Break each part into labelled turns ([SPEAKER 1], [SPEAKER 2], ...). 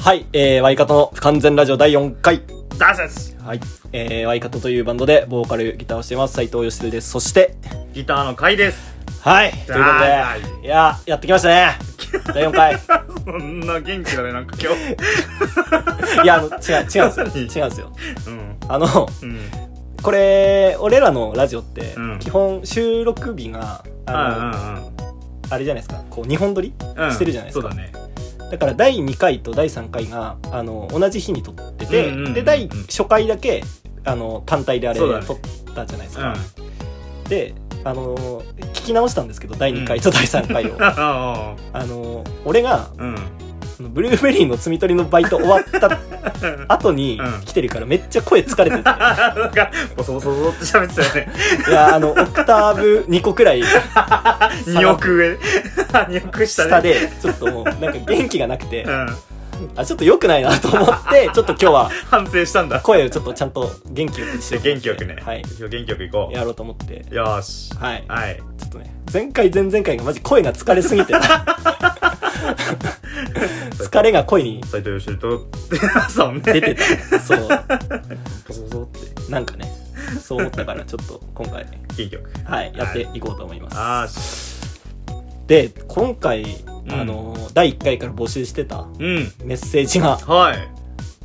[SPEAKER 1] はい、えー、ワイカトの不完全ラジオ第4回。
[SPEAKER 2] ダセス
[SPEAKER 1] はい。えー、ワイカトというバンドで、ボーカル、ギターをしています、斉藤義輝です。そして、
[SPEAKER 2] ギターの回です。
[SPEAKER 1] はい、という
[SPEAKER 2] は
[SPEAKER 1] ことで、いやー、やってきました ね。第4回。
[SPEAKER 2] そんな元気だね、なんか今日。
[SPEAKER 1] いや、あの、違う、違うんですよ。違うんですよ。
[SPEAKER 2] うん。
[SPEAKER 1] あの、
[SPEAKER 2] うん。
[SPEAKER 1] これ、俺らのラジオって、
[SPEAKER 2] うん
[SPEAKER 1] 基本収録日が、あの、
[SPEAKER 2] あ
[SPEAKER 1] あれじゃないですか、こう、2本撮り
[SPEAKER 2] うんうん。
[SPEAKER 1] してるじゃないですか
[SPEAKER 2] そうだね。
[SPEAKER 1] だから第2回と第3回があの同じ日に撮ってて、
[SPEAKER 2] うんうんうんうん
[SPEAKER 1] で第初回だけあの単体であれ
[SPEAKER 2] そうだね
[SPEAKER 1] 撮ったじゃないです
[SPEAKER 2] う
[SPEAKER 1] か、
[SPEAKER 2] ん。
[SPEAKER 1] であの聞き直したんですけど第2回と第3回を、
[SPEAKER 2] あ
[SPEAKER 1] あの俺が
[SPEAKER 2] あ、うん。
[SPEAKER 1] あのブルーベリーの摘み取りのバイト終わった後に
[SPEAKER 2] うん
[SPEAKER 1] 来てるからめっちゃ声疲れてて、
[SPEAKER 2] なんか、ボソボソボソって喋ってたよね。
[SPEAKER 1] いやあのオクターブ2個くらい
[SPEAKER 2] 2億上。2億下
[SPEAKER 1] 下。で
[SPEAKER 2] で。
[SPEAKER 1] ちょっともうなんか元気がなくて、
[SPEAKER 2] うん。
[SPEAKER 1] あちょっと良くないなと思って ちょっと今日は
[SPEAKER 2] 反省したんだ。
[SPEAKER 1] 声をちょっとちゃんと元気よくし
[SPEAKER 2] じ
[SPEAKER 1] て
[SPEAKER 2] ゃあ元気よくね。
[SPEAKER 1] はい
[SPEAKER 2] 今日元気よく行こ
[SPEAKER 1] やろうと思って
[SPEAKER 2] う。よーし。
[SPEAKER 1] はい
[SPEAKER 2] はい。
[SPEAKER 1] ちょっとね前回前々回がマジ声が疲れすぎ て 疲れが声に
[SPEAKER 2] 斎藤義と、さん
[SPEAKER 1] 出
[SPEAKER 2] ね。
[SPEAKER 1] てたそう
[SPEAKER 2] ボソボソって。
[SPEAKER 1] なんかねそう思ったからちょっと今回
[SPEAKER 2] 元気よく。
[SPEAKER 1] はいやっていこうと思います、
[SPEAKER 2] あーし。
[SPEAKER 1] で今回、
[SPEAKER 2] ん
[SPEAKER 1] あのー第1回から募集してた
[SPEAKER 2] うん。
[SPEAKER 1] メッセージが
[SPEAKER 2] はい。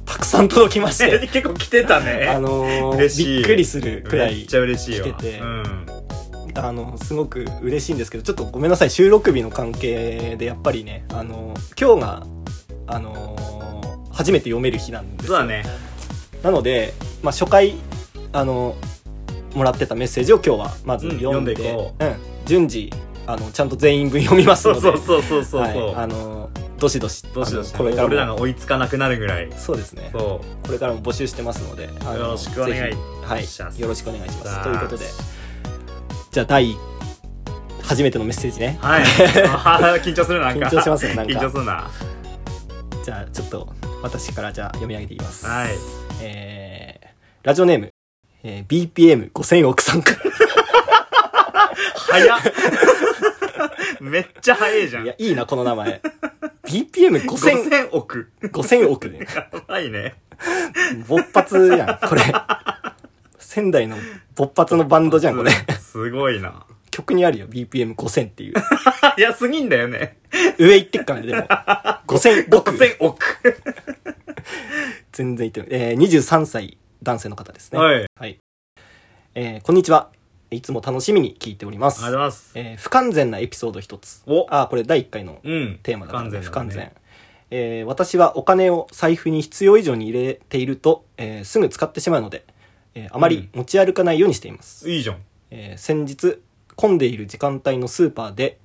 [SPEAKER 1] たくさん届きまして
[SPEAKER 2] 結構来てた
[SPEAKER 1] あ
[SPEAKER 2] ね。
[SPEAKER 1] のー
[SPEAKER 2] 嬉しい
[SPEAKER 1] びっくりするくら
[SPEAKER 2] めっ
[SPEAKER 1] い
[SPEAKER 2] ちゃ嬉しいよ。
[SPEAKER 1] 来てて
[SPEAKER 2] うん。
[SPEAKER 1] あのすごく嬉しいんですけどちょっとごめんなさい収録日の関係でやっぱりねあの今日があの初めて読める日なんです
[SPEAKER 2] そう
[SPEAKER 1] よ
[SPEAKER 2] だね。
[SPEAKER 1] なので、まあ、初回あのもらってたメッセージを今日はまず
[SPEAKER 2] うん
[SPEAKER 1] 読んで,、うん、
[SPEAKER 2] 読んでいこ
[SPEAKER 1] 順次あのちゃんと全員分読みます
[SPEAKER 2] そ
[SPEAKER 1] の
[SPEAKER 2] う
[SPEAKER 1] で
[SPEAKER 2] そうそうそうそう。
[SPEAKER 1] はい、あのどしどし
[SPEAKER 2] どうしようし
[SPEAKER 1] あの
[SPEAKER 2] こ
[SPEAKER 1] こ
[SPEAKER 2] れ
[SPEAKER 1] れからも
[SPEAKER 2] 俺らが追いつかなくなるぐらい。
[SPEAKER 1] そうですね
[SPEAKER 2] そ
[SPEAKER 1] これからも募集してますのであの
[SPEAKER 2] よろしくお願い
[SPEAKER 1] ぜひはい
[SPEAKER 2] します
[SPEAKER 1] よろしくお願いし
[SPEAKER 2] う。
[SPEAKER 1] ま
[SPEAKER 2] さ
[SPEAKER 1] す
[SPEAKER 2] あ
[SPEAKER 1] ということでじゃあ第初めてのメッセージね
[SPEAKER 2] はい。あー緊張するな、なんか。
[SPEAKER 1] 緊張しますねなんか
[SPEAKER 2] 緊張するな。
[SPEAKER 1] じゃあちょっと私からじゃあ読み上げていきます。
[SPEAKER 2] はい。
[SPEAKER 1] えー、ラジオネーム、えー、BPM5000 億さんから。
[SPEAKER 2] 早っ めっちゃ早いじゃん。
[SPEAKER 1] いや、いいな、この名前。BPM5000、
[SPEAKER 2] 5000億。
[SPEAKER 1] 5000億ね。
[SPEAKER 2] やばいね。
[SPEAKER 1] 勃発やん、これ。仙台の勃発のバンドじゃん、これ。
[SPEAKER 2] すごいな。
[SPEAKER 1] 曲にあるよ、BPM5000 っていう。
[SPEAKER 2] 早すぎんだよね。
[SPEAKER 1] 上行ってっからね、でも。5000億。
[SPEAKER 2] 5000億。
[SPEAKER 1] 全然言ってない。えー、23歳男性の方ですね。
[SPEAKER 2] はい。ありが
[SPEAKER 1] えー、こんにちは。いつも楽しみに聞いております
[SPEAKER 2] とうご。ざいます。
[SPEAKER 1] えー不完全なエピソード一つ。
[SPEAKER 2] お
[SPEAKER 1] あー、これ第1回の
[SPEAKER 2] うん。
[SPEAKER 1] テーマだからね、不完全,、
[SPEAKER 2] だね。
[SPEAKER 1] えー私はお金を財布に必要以上に入れていると、えーすぐ使ってしまうので、えーあまり持ち歩かないようにしています、
[SPEAKER 2] いいじゃん。
[SPEAKER 1] えー先日混んでいる時間帯のスーパーで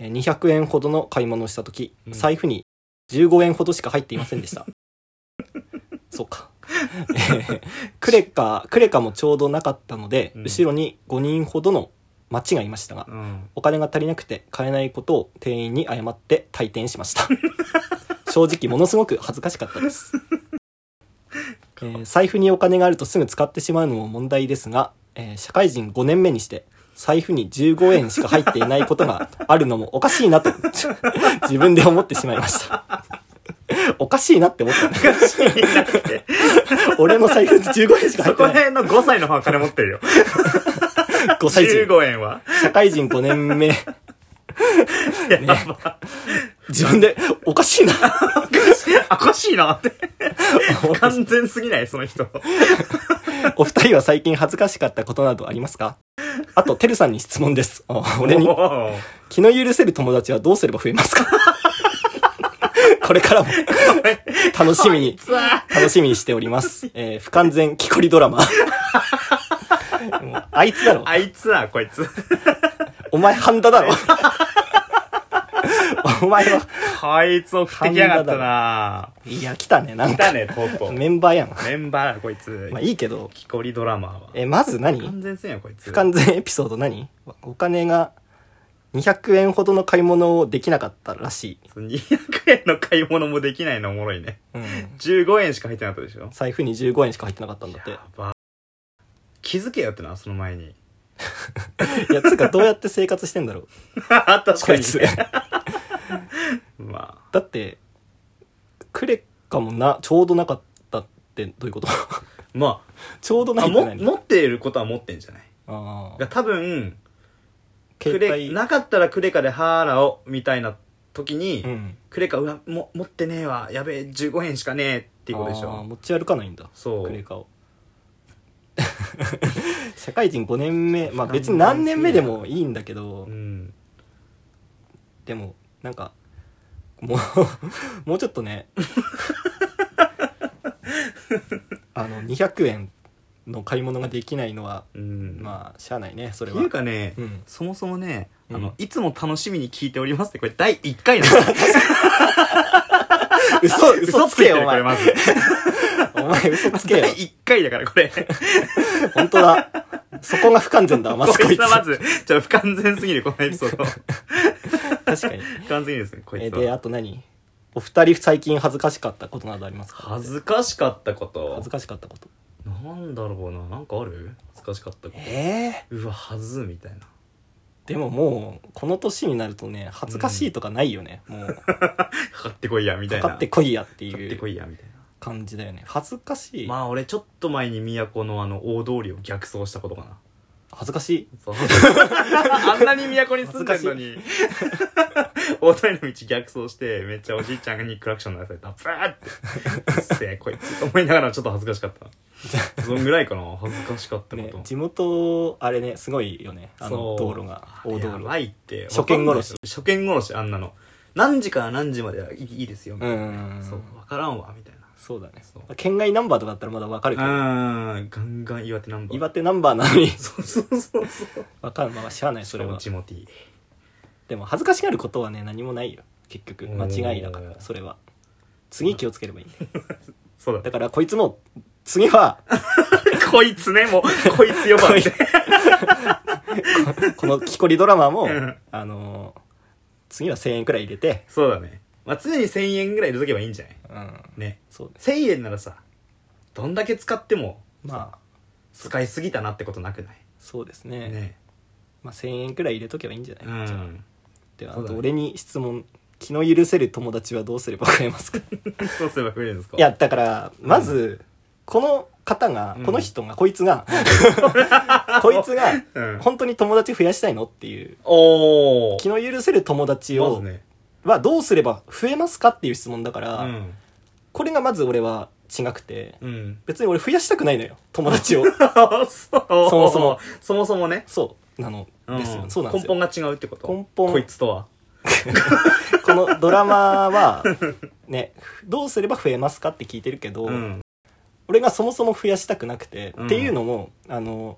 [SPEAKER 1] えー200円ほどの買い物をした時、
[SPEAKER 2] うん
[SPEAKER 1] 財布に15円ほどしか入っていませんで したそうか、えークレカクレカもちょうどなかったので、
[SPEAKER 2] うん
[SPEAKER 1] 後ろに5人ほどの町がいましたが
[SPEAKER 2] うん。
[SPEAKER 1] お金が足りなくて買えないことを店員に謝って退店しま した正直ものすごく恥ずかしかったです、えー財布にお金があるとすぐ使ってしまうのも問題ですが、えー社会人5年目にして財布に15円しか入っていないことがあるのもおかしいなと 自分で思ってしまいましたおかしいなって思った
[SPEAKER 2] おかしいなって
[SPEAKER 1] 俺の財布に15円しか入
[SPEAKER 2] そ
[SPEAKER 1] って
[SPEAKER 2] こ
[SPEAKER 1] ない
[SPEAKER 2] への5歳の方は金持ってるよ。
[SPEAKER 1] 5歳児
[SPEAKER 2] 15円は。
[SPEAKER 1] 社会人5年 目
[SPEAKER 2] やば。
[SPEAKER 1] 自分でおかしいな
[SPEAKER 2] あ、おかしいなって。
[SPEAKER 1] 思ってしまいました
[SPEAKER 2] 完全すぎない、その人。
[SPEAKER 1] お二人は最近恥ずかしかったことなどありますかあと、てるさんに質問です。あ俺に
[SPEAKER 2] お、ー
[SPEAKER 1] 気の許せる友達はどうすれば増えます かこれからも、楽しみに、
[SPEAKER 2] さあ、
[SPEAKER 1] 楽しみにしております。えー不完全木こりド ラマ。もうあいつだろ。
[SPEAKER 2] あいつは、こいつ。
[SPEAKER 1] お前、ハンダだ ろ。お前は、
[SPEAKER 2] あいつ送ってきやがったない
[SPEAKER 1] や、来たね、なん
[SPEAKER 2] 来
[SPEAKER 1] か。
[SPEAKER 2] たね、とうとう。
[SPEAKER 1] メンバーやん。
[SPEAKER 2] メンバーだ、こいつ
[SPEAKER 1] まあ。いいけど、
[SPEAKER 2] 木こりドラマーは。
[SPEAKER 1] え、まず何
[SPEAKER 2] 完全せんよ、こいつ。
[SPEAKER 1] 不完全エピソード何お金が200円ほどの買い物をできなかったらしい、
[SPEAKER 2] 200円の買い物もできないのおもろいね。
[SPEAKER 1] うん、
[SPEAKER 2] 15円しか入ってなかったでしょ。
[SPEAKER 1] 財布に15円しか入ってなかったんだって
[SPEAKER 2] やば。気づけよってな、その前に。
[SPEAKER 1] いやつうかどうやって生活してんだろう
[SPEAKER 2] あ、確
[SPEAKER 1] こ
[SPEAKER 2] か
[SPEAKER 1] い
[SPEAKER 2] に。
[SPEAKER 1] つ
[SPEAKER 2] まあ。
[SPEAKER 1] だってクレかもなちょうどなかったってどういうこと
[SPEAKER 2] ま
[SPEAKER 1] ちょうど
[SPEAKER 2] あ
[SPEAKER 1] な
[SPEAKER 2] あ
[SPEAKER 1] いって
[SPEAKER 2] も
[SPEAKER 1] 何
[SPEAKER 2] 持っていることは持ってんじゃない
[SPEAKER 1] あ
[SPEAKER 2] が多分
[SPEAKER 1] ー
[SPEAKER 2] ク
[SPEAKER 1] 携
[SPEAKER 2] レ
[SPEAKER 1] 帯
[SPEAKER 2] なかったらクレカで払おうみたいな時に、
[SPEAKER 1] うん
[SPEAKER 2] クレカうわも持ってねえわやべえ15円しかねえっていうことでし
[SPEAKER 1] あー
[SPEAKER 2] ょ
[SPEAKER 1] 持ち歩かないんだ
[SPEAKER 2] そう
[SPEAKER 1] クレカを 社会人5年目まあ別に何年目でもいいんだけど
[SPEAKER 2] うん
[SPEAKER 1] でもなんかもう もうちょっと ねあの200円の買い物ができないのは
[SPEAKER 2] うん
[SPEAKER 1] まあしゃあないねそれ
[SPEAKER 2] って
[SPEAKER 1] は
[SPEAKER 2] いうかね、
[SPEAKER 1] うん
[SPEAKER 2] そもそもね、あ
[SPEAKER 1] うん
[SPEAKER 2] の、いつも楽しみに聞いておりますって、これ第1回なの。
[SPEAKER 1] 嘘 嘘
[SPEAKER 2] 嘘
[SPEAKER 1] つ
[SPEAKER 2] つ
[SPEAKER 1] け
[SPEAKER 2] け
[SPEAKER 1] よお
[SPEAKER 2] よ、お前。
[SPEAKER 1] 前
[SPEAKER 2] これまず。
[SPEAKER 1] お前嘘つけよ
[SPEAKER 2] 第1回だから、これ。
[SPEAKER 1] 本当だそこが不完全 だまず
[SPEAKER 2] こ
[SPEAKER 1] こ
[SPEAKER 2] い
[SPEAKER 1] い
[SPEAKER 2] つ
[SPEAKER 1] つ
[SPEAKER 2] はまず、ちょっと不完全すぎる、このエピソード。 不
[SPEAKER 1] 確かに
[SPEAKER 2] 完全すぎるですね、こい
[SPEAKER 1] え
[SPEAKER 2] つ
[SPEAKER 1] で
[SPEAKER 2] は。
[SPEAKER 1] あと何お二人最近恥ずかしかったことなどありますか
[SPEAKER 2] 恥ずかしかったこ
[SPEAKER 1] 恥
[SPEAKER 2] と
[SPEAKER 1] ず。かしかったこと
[SPEAKER 2] なんだろうな、なんかある恥ずかしかったこ
[SPEAKER 1] ええ
[SPEAKER 2] と。うわ、はず、みたいな。
[SPEAKER 1] でももうこの年になるとね恥ずかしいとかないよね、も うか
[SPEAKER 2] かかってこいや、みたいな。
[SPEAKER 1] かってこいやって
[SPEAKER 2] かかっ
[SPEAKER 1] い
[SPEAKER 2] てこ
[SPEAKER 1] う
[SPEAKER 2] いや、みたいな。
[SPEAKER 1] 感じだよね恥ずかしい、
[SPEAKER 2] まあ、俺、ちょっと前に都のあの、大通りを逆走したことかな。
[SPEAKER 1] 恥ずかしい
[SPEAKER 2] そ うあんなに都に住んでんのに大谷の道逆走してめっちゃおじいちゃんにクラクション鳴らされたブーってうっせえこいつと思いながらちょっと恥ずかしかったそんぐらいかな恥ずかしかったこ
[SPEAKER 1] ね
[SPEAKER 2] と、
[SPEAKER 1] 地元あれねすごいよねあ
[SPEAKER 2] そ
[SPEAKER 1] の
[SPEAKER 2] う
[SPEAKER 1] 道路が大道
[SPEAKER 2] や
[SPEAKER 1] 路
[SPEAKER 2] ばいって
[SPEAKER 1] 初見殺し
[SPEAKER 2] わかんない初見殺しあんなの何時から何時まではいいいですよ
[SPEAKER 1] う
[SPEAKER 2] みたい
[SPEAKER 1] ん
[SPEAKER 2] な、
[SPEAKER 1] うんうん
[SPEAKER 2] そう分からんわみたいな
[SPEAKER 1] そうだね
[SPEAKER 2] そう
[SPEAKER 1] 県外ナンバーとかだったらまだわかるけど
[SPEAKER 2] あーガンガン岩手ナンバー
[SPEAKER 1] 岩手ナンバーなのに
[SPEAKER 2] そうそうそうそう
[SPEAKER 1] わかるまあしゃあないそ
[SPEAKER 2] そ
[SPEAKER 1] れ
[SPEAKER 2] れも
[SPEAKER 1] は
[SPEAKER 2] チモティ
[SPEAKER 1] でも恥ずかしがることはね何もないよ結局間違いだか
[SPEAKER 2] う
[SPEAKER 1] ら
[SPEAKER 2] ん
[SPEAKER 1] それは次気をつければいいんだよ
[SPEAKER 2] そうだ
[SPEAKER 1] だからこいつも次は
[SPEAKER 2] こいつ ねもうこいつ呼ば
[SPEAKER 1] こ
[SPEAKER 2] れ
[SPEAKER 1] い
[SPEAKER 2] て
[SPEAKER 1] この木こりドラマも
[SPEAKER 2] ん
[SPEAKER 1] あのー次は1000円くらい入れて
[SPEAKER 2] そうだね。まあ、常に1000円ぐらい入れとけばいいんじゃない
[SPEAKER 1] うん
[SPEAKER 2] ね。
[SPEAKER 1] そうね
[SPEAKER 2] 1000円ならさ、どんだけ使っても、
[SPEAKER 1] まあ
[SPEAKER 2] 使いすぎたなってことなくない
[SPEAKER 1] そうですね
[SPEAKER 2] ね。
[SPEAKER 1] まあ1000円くらい入れとけばいいんじゃない、
[SPEAKER 2] う
[SPEAKER 1] じゃあ
[SPEAKER 2] ん。
[SPEAKER 1] であ
[SPEAKER 2] そうだ
[SPEAKER 1] と
[SPEAKER 2] ね
[SPEAKER 1] 俺に質問気の許せる友達はどうすれば増えますかい
[SPEAKER 2] そうすれば増えるんですか
[SPEAKER 1] や、だからまず、この方が、
[SPEAKER 2] うん
[SPEAKER 1] この人がこいつ がこいつが
[SPEAKER 2] うん。
[SPEAKER 1] 本当に友達増やしたいのっていう
[SPEAKER 2] おー。
[SPEAKER 1] 気の許せる友達
[SPEAKER 2] ま
[SPEAKER 1] を、
[SPEAKER 2] ずね。
[SPEAKER 1] はどうすれば増えますかっていう質問だから、
[SPEAKER 2] うん。
[SPEAKER 1] これがまず俺は違くて
[SPEAKER 2] うん。
[SPEAKER 1] 別に俺増やしたくないのよ友達を
[SPEAKER 2] そう。そ
[SPEAKER 1] もそも。
[SPEAKER 2] そもそも ね。
[SPEAKER 1] そうなのですよ、
[SPEAKER 2] ん
[SPEAKER 1] そうなんですよ
[SPEAKER 2] 根本が違うってこと
[SPEAKER 1] 根本
[SPEAKER 2] こいつとは。
[SPEAKER 1] このドラマ はねどうすれば増えますかって聞いてるけど、
[SPEAKER 2] うん。
[SPEAKER 1] 俺がそもそも増やしたくなくて、
[SPEAKER 2] うん
[SPEAKER 1] っていうのもあの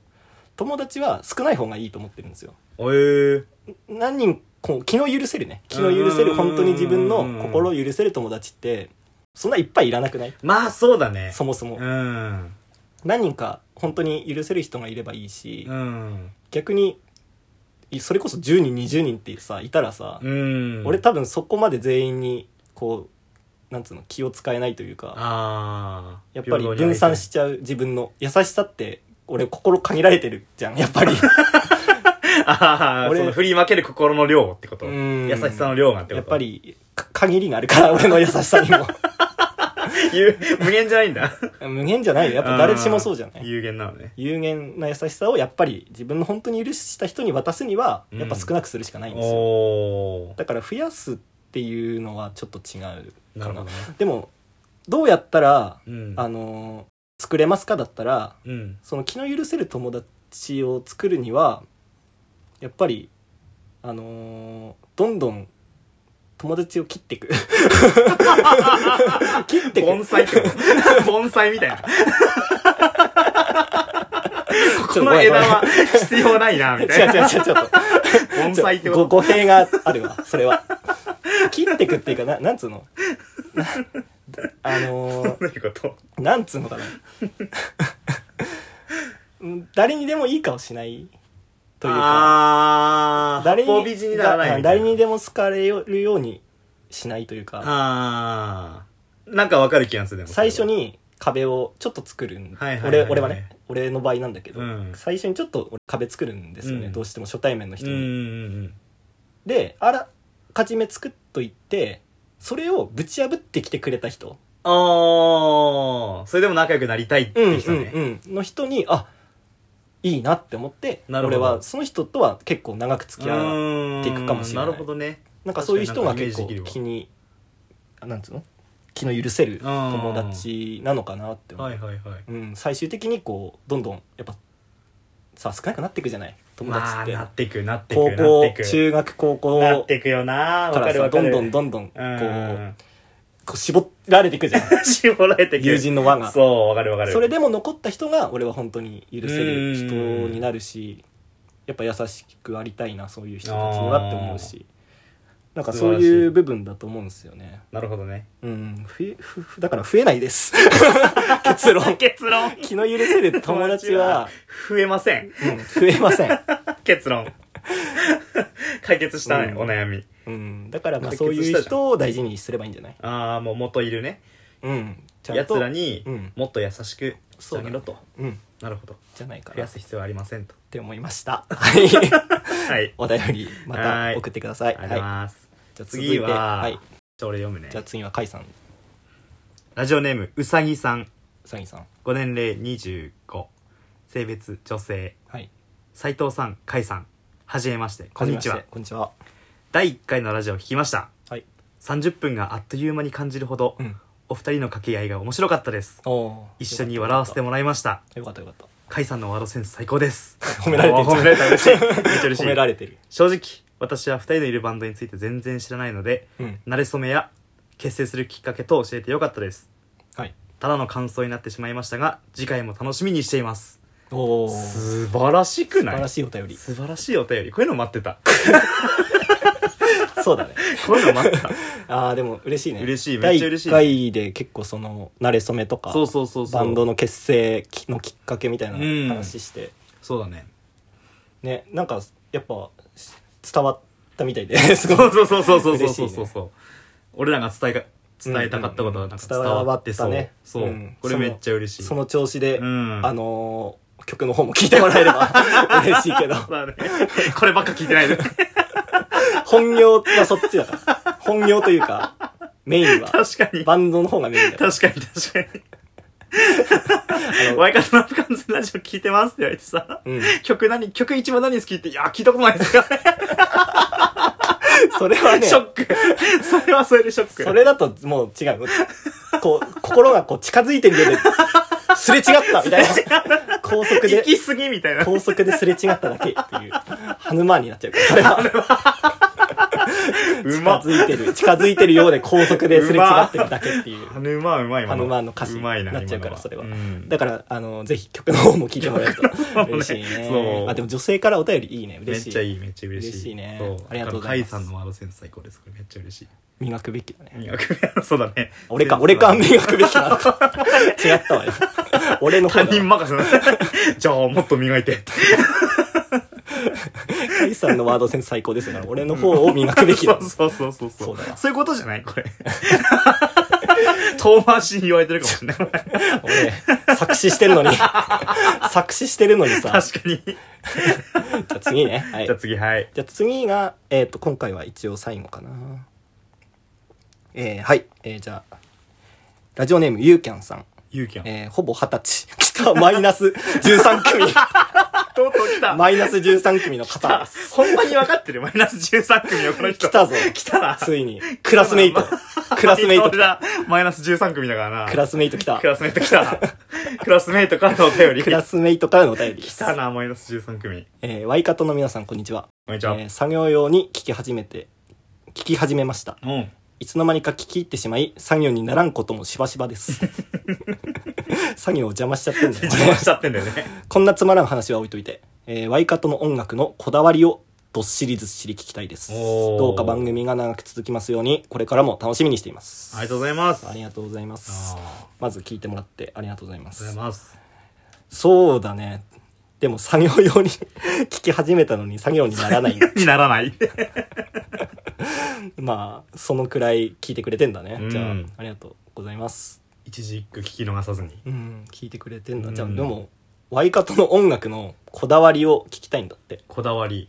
[SPEAKER 1] 友達は少ない方がいいと思ってるんですよ
[SPEAKER 2] おえー。
[SPEAKER 1] 何人こう気の許せるね気の許せ
[SPEAKER 2] う
[SPEAKER 1] る
[SPEAKER 2] ん
[SPEAKER 1] 本当に自分の心を許せる友達ってそんないっぱいいらなくない
[SPEAKER 2] まあ、そうだね。
[SPEAKER 1] そもそも
[SPEAKER 2] うん。
[SPEAKER 1] 何人か本当に許せる人がいればいいし
[SPEAKER 2] うん。
[SPEAKER 1] 逆にいそれこそ10人20人ってさいたらさ
[SPEAKER 2] うん。
[SPEAKER 1] 俺多分そこまで全員にこうなんつうの気を使えないというか
[SPEAKER 2] あー。
[SPEAKER 1] やっぱり分散しちゃう自分の優しさって俺心限られてるじゃんやっぱり
[SPEAKER 2] ああ、
[SPEAKER 1] 俺
[SPEAKER 2] その振り分ける心の量ってこと。
[SPEAKER 1] う
[SPEAKER 2] 優
[SPEAKER 1] ん
[SPEAKER 2] しさの量がってこと。
[SPEAKER 1] やっぱ。りか限りがあるから 俺の優しさに も
[SPEAKER 2] 有無限じゃないんだ。
[SPEAKER 1] 無限じゃないよやっぱ誰しもそうじゃな
[SPEAKER 2] あー
[SPEAKER 1] い
[SPEAKER 2] 有限なのね。
[SPEAKER 1] 有限な優しさをやっぱり自分の本当に許した人に渡すにはやっぱ少なくするしかないんですよ、
[SPEAKER 2] おー。
[SPEAKER 1] だから増やすっていうのはちょっと違う
[SPEAKER 2] な
[SPEAKER 1] か
[SPEAKER 2] る
[SPEAKER 1] な
[SPEAKER 2] ほどね。
[SPEAKER 1] でもどうやったら、
[SPEAKER 2] うん。
[SPEAKER 1] あのー作れますかだったら
[SPEAKER 2] うん。
[SPEAKER 1] その気の許せる友達を作るにはやっぱりあのーどんどん友達を切ってい く切ってい
[SPEAKER 2] 盆
[SPEAKER 1] く
[SPEAKER 2] 栽ってこと 盆栽みたいな。
[SPEAKER 1] ちょ
[SPEAKER 2] こ
[SPEAKER 1] っとご
[SPEAKER 2] の
[SPEAKER 1] めん
[SPEAKER 2] 枝は必要ないな、
[SPEAKER 1] 違う
[SPEAKER 2] みたいな。
[SPEAKER 1] 違う違うちょっと
[SPEAKER 2] 盆
[SPEAKER 1] ちょ
[SPEAKER 2] 栽って
[SPEAKER 1] ご
[SPEAKER 2] こ
[SPEAKER 1] 語弊があるわそれは切っていくっていうかななんつうのなあのー
[SPEAKER 2] と。どういうこと
[SPEAKER 1] なんつうのかなうん誰にでもいい顔しないというか
[SPEAKER 2] あー。
[SPEAKER 1] 誰
[SPEAKER 2] 八方
[SPEAKER 1] に
[SPEAKER 2] 美人にならないみたい
[SPEAKER 1] 誰
[SPEAKER 2] な。
[SPEAKER 1] にでも好かれるようにしないというか
[SPEAKER 2] あー。なんかわかる気がする、でも
[SPEAKER 1] 最初。に壁をちょっと作るん、
[SPEAKER 2] はいはいはい
[SPEAKER 1] 俺
[SPEAKER 2] はい
[SPEAKER 1] 俺はね俺の場合なんだけど、
[SPEAKER 2] うん
[SPEAKER 1] 最初にちょっと俺壁作るんですよね、
[SPEAKER 2] うん
[SPEAKER 1] どうしても初対面の
[SPEAKER 2] う
[SPEAKER 1] 人
[SPEAKER 2] ん
[SPEAKER 1] に、
[SPEAKER 2] うん
[SPEAKER 1] であらかじめ作っといてそれをぶち破ってきてくれた人
[SPEAKER 2] うん。ああ、それでも仲良くなりたいって
[SPEAKER 1] うんうん
[SPEAKER 2] いう人ね。
[SPEAKER 1] うんの人にあいいなって思って
[SPEAKER 2] なるほ
[SPEAKER 1] 俺
[SPEAKER 2] ど
[SPEAKER 1] はその人とは結構長く付き合う
[SPEAKER 2] うーん
[SPEAKER 1] ていくかもしれない
[SPEAKER 2] なるほどね。
[SPEAKER 1] なんかそういう人が
[SPEAKER 2] 確か
[SPEAKER 1] 結
[SPEAKER 2] になんか
[SPEAKER 1] 構
[SPEAKER 2] イメージでき
[SPEAKER 1] 気になんつうの気の許せる友達なのかなって思う、
[SPEAKER 2] はいはいはい。
[SPEAKER 1] うん、最終的にこうどんどんやっぱさ少なくなっていくじゃない友達っ
[SPEAKER 2] まあ、
[SPEAKER 1] て、
[SPEAKER 2] なっていく、なってい
[SPEAKER 1] 高
[SPEAKER 2] く、な
[SPEAKER 1] 校
[SPEAKER 2] っていく。
[SPEAKER 1] 中学高
[SPEAKER 2] なっ
[SPEAKER 1] 校
[SPEAKER 2] ていくよな
[SPEAKER 1] か
[SPEAKER 2] わからる
[SPEAKER 1] さ
[SPEAKER 2] わ
[SPEAKER 1] ど
[SPEAKER 2] か
[SPEAKER 1] ん
[SPEAKER 2] る。
[SPEAKER 1] どんどんどんこ
[SPEAKER 2] う。
[SPEAKER 1] うんこう絞られてい くじゃん
[SPEAKER 2] 絞られてくる
[SPEAKER 1] 友人の輪が
[SPEAKER 2] そう、わかるわかる。
[SPEAKER 1] それでも残った人が俺は本当に許せる人になるしやっぱ優しくありたいなそういう人たちにはって思うしなんかそう
[SPEAKER 2] 素晴ら
[SPEAKER 1] い
[SPEAKER 2] し
[SPEAKER 1] う
[SPEAKER 2] い
[SPEAKER 1] 部分だと思うんですよね
[SPEAKER 2] なるほどね。
[SPEAKER 1] うんふえふふだから増えないです 結論
[SPEAKER 2] 結論
[SPEAKER 1] 気の許せる友達は、
[SPEAKER 2] 増えません。
[SPEAKER 1] うん、増えません、
[SPEAKER 2] 結論。 解決したね、
[SPEAKER 1] うん
[SPEAKER 2] お悩み。
[SPEAKER 1] うん、だからまあそういう人を大事にすればいいんじゃない
[SPEAKER 2] ああ、もう元いるね。
[SPEAKER 1] うんちゃんと
[SPEAKER 2] 奴らに
[SPEAKER 1] うん、
[SPEAKER 2] もっと優しくしてあげろと。
[SPEAKER 1] うん
[SPEAKER 2] なるほど。
[SPEAKER 1] じゃないか
[SPEAKER 2] 増
[SPEAKER 1] な
[SPEAKER 2] や
[SPEAKER 1] っ
[SPEAKER 2] す必要はありませんと。
[SPEAKER 1] て思いました はい
[SPEAKER 2] はい。
[SPEAKER 1] お便りま
[SPEAKER 2] は
[SPEAKER 1] た
[SPEAKER 2] い
[SPEAKER 1] 送ってください
[SPEAKER 2] ありがとうございます。
[SPEAKER 1] じゃあ続いて
[SPEAKER 2] 次は、
[SPEAKER 1] はい、
[SPEAKER 2] じゃあ俺読むね
[SPEAKER 1] じゃあ。次は甲斐さん
[SPEAKER 2] ラジオネーム、うさぎさん。
[SPEAKER 1] サギさん
[SPEAKER 2] ご年齢25。性別、女性。
[SPEAKER 1] はい
[SPEAKER 2] 斉藤さん、甲斐さん。はじめまして。こんにち
[SPEAKER 1] はじめま
[SPEAKER 2] は
[SPEAKER 1] して。こんにちは
[SPEAKER 2] 第1回のラジオを聞きました。
[SPEAKER 1] はい
[SPEAKER 2] 30分があっという間に感じるほど、
[SPEAKER 1] うん
[SPEAKER 2] お二人の掛け合いが面白かったです。
[SPEAKER 1] お
[SPEAKER 2] 一緒に笑わせて
[SPEAKER 1] も
[SPEAKER 2] もらいました。
[SPEAKER 1] よかったよかった
[SPEAKER 2] 甲斐さんのワードセンス最高です。
[SPEAKER 1] 褒められてる
[SPEAKER 2] おー褒められ た。嬉しい。めっちゃ嬉し
[SPEAKER 1] 褒
[SPEAKER 2] い。
[SPEAKER 1] められてる
[SPEAKER 2] 正直、私は二人のいるバンドについて全然知らないので、
[SPEAKER 1] うん
[SPEAKER 2] 慣れ初めや結成するきっかけと教えてよかったです。
[SPEAKER 1] はい
[SPEAKER 2] ただの感想になってしまいましたが、次回も楽しみにしています。
[SPEAKER 1] おお素
[SPEAKER 2] 素晴らしく
[SPEAKER 1] 晴
[SPEAKER 2] な
[SPEAKER 1] ら
[SPEAKER 2] い
[SPEAKER 1] しいお便り
[SPEAKER 2] 素晴らしいお便り。こういうの待ってた。
[SPEAKER 1] そうだね
[SPEAKER 2] こういうの待ってた。
[SPEAKER 1] ああでも嬉しいね
[SPEAKER 2] 嬉しいめっちゃ嬉しい
[SPEAKER 1] 第1回で結構その慣れ初めとか
[SPEAKER 2] そうそうそうそう。
[SPEAKER 1] バンドの結成のきっかけみたいな
[SPEAKER 2] うん
[SPEAKER 1] 話して、
[SPEAKER 2] そうだね。
[SPEAKER 1] ねなんかやっぱし伝わったみたいで すご
[SPEAKER 2] そ
[SPEAKER 1] いう
[SPEAKER 2] そうそうそうそうそう
[SPEAKER 1] 嬉しい
[SPEAKER 2] そう
[SPEAKER 1] ね
[SPEAKER 2] そうそう、俺らが伝えか伝えたかったことはなんか伝わってそう、
[SPEAKER 1] 伝わったね
[SPEAKER 2] そう、
[SPEAKER 1] うん
[SPEAKER 2] これめっちゃ嬉しい
[SPEAKER 1] その調子で、
[SPEAKER 2] うん
[SPEAKER 1] あのー曲の方も聴いてもらえれば 嬉しいけど
[SPEAKER 2] そうだねこればっか聞いてない で確
[SPEAKER 1] 本業はそっちだから本業というかメインは
[SPEAKER 2] かに確か
[SPEAKER 1] バンドの方がメインだから
[SPEAKER 2] に確かにワイカトの完全ラジオ聞いてますって言われてさ、
[SPEAKER 1] うん
[SPEAKER 2] 曲何曲一番何好きっていや聞いたことないです よ、
[SPEAKER 1] それはね
[SPEAKER 2] ショックそれはそれでショック
[SPEAKER 1] それだともう違うこう心がこう近づいてるようですれ違ったみたいな高速で
[SPEAKER 2] 行き過ぎみたいな
[SPEAKER 1] 高速ですれ違っただけっていう、ハヌマーンになっちゃうから、それは。
[SPEAKER 2] う
[SPEAKER 1] 近
[SPEAKER 2] ま
[SPEAKER 1] づいてる、近づいてるようで高速ですれ違ってるだけっていう。
[SPEAKER 2] ハヌマーンうまい今
[SPEAKER 1] ハヌマーンの歌詞
[SPEAKER 2] う
[SPEAKER 1] に
[SPEAKER 2] まいな
[SPEAKER 1] なっちゃうから、それは
[SPEAKER 2] 今のうん。
[SPEAKER 1] だから、あの、ぜひ曲の方も聴いてもらえると
[SPEAKER 2] もね
[SPEAKER 1] 嬉しいね
[SPEAKER 2] そ。う
[SPEAKER 1] あ、でも女性からお便りいいね。
[SPEAKER 2] めっ
[SPEAKER 1] 嬉しい。
[SPEAKER 2] ちゃいいめっちゃ嬉しい
[SPEAKER 1] 嬉しいね
[SPEAKER 2] そう
[SPEAKER 1] ありがとうございます
[SPEAKER 2] だから甲斐さんのワードセンス最高ですこれめっちゃ嬉しい
[SPEAKER 1] 磨くべきだね。
[SPEAKER 2] 磨くそうだね
[SPEAKER 1] 俺か、
[SPEAKER 2] センスは
[SPEAKER 1] 俺か磨くべきなの か。違ったわよ。俺の方
[SPEAKER 2] 他
[SPEAKER 1] だ
[SPEAKER 2] 人
[SPEAKER 1] わ。
[SPEAKER 2] 任 せだねじゃあもっと磨いて
[SPEAKER 1] カイさんのワードセンス最高ですから、俺の方を磨くべき
[SPEAKER 2] そ
[SPEAKER 1] だ
[SPEAKER 2] う。そうそうそうそ
[SPEAKER 1] そううだわ
[SPEAKER 2] そういうことじゃないこれ遠回しに言われてるかもしれ ない
[SPEAKER 1] 俺、作詞してるのに、作詞してるのにさ。
[SPEAKER 2] 確かに
[SPEAKER 1] じゃあ次ね。はい
[SPEAKER 2] じゃあ。次はい
[SPEAKER 1] じゃあ次が、えっと今回は一応最後かなえー、はい、えー、じゃあラジオネームゆうきゃんさん、
[SPEAKER 2] ゆうきゃんと
[SPEAKER 1] えー、ほぼ二十歳来たマイナス13組
[SPEAKER 2] うとう来た
[SPEAKER 1] マイナス13組の方です
[SPEAKER 2] ほんまに分かってるマイナス13組よこの人
[SPEAKER 1] 来たぞ
[SPEAKER 2] 来たな
[SPEAKER 1] ついにクラスメイトクラス メイト
[SPEAKER 2] 俺らマイナス13組だからな
[SPEAKER 1] クラスメイト来た
[SPEAKER 2] クラスメイト 来た。クラスメイトからのお便り。
[SPEAKER 1] クラスメイトからのお便りで
[SPEAKER 2] 来
[SPEAKER 1] す
[SPEAKER 2] たな、マイナス13組。
[SPEAKER 1] えーワイカトの皆さんこんにちは、
[SPEAKER 2] こんにち
[SPEAKER 1] え
[SPEAKER 2] は。
[SPEAKER 1] ー作業用に聞き始めて聞き始めました
[SPEAKER 2] うん。
[SPEAKER 1] いつの間にか聞き入ってしまい作業にならんこともしばしばです 作業を邪魔しちゃってんだよ
[SPEAKER 2] 邪魔しちゃってんだよ ね。
[SPEAKER 1] こんなつまらん話は置いといて、えーワイカトの音楽のこだわりをどっしりずっしり聞きたいです。
[SPEAKER 2] おー
[SPEAKER 1] どうか番組が長く続きますように、これからも楽しみにしています。
[SPEAKER 2] ありがとうございます。
[SPEAKER 1] ありがとうございます。
[SPEAKER 2] あ
[SPEAKER 1] まず聞いてもらってありがとうございま
[SPEAKER 2] りがとうござい
[SPEAKER 1] す。
[SPEAKER 2] ます。
[SPEAKER 1] そうだね。でも作業用に 聞き始めたのに作業にならない。
[SPEAKER 2] になら ない。
[SPEAKER 1] まあ、そのくらい聞いてくれてんだね。
[SPEAKER 2] うん
[SPEAKER 1] じゃあ、ありがとうございます。
[SPEAKER 2] 一字一句聞き逃さずに。
[SPEAKER 1] うん、聞いてくれてんだ。じゃあ、
[SPEAKER 2] うん
[SPEAKER 1] でも、ワイカトの音楽のこだわりを聞きたいんだって。
[SPEAKER 2] こだわり、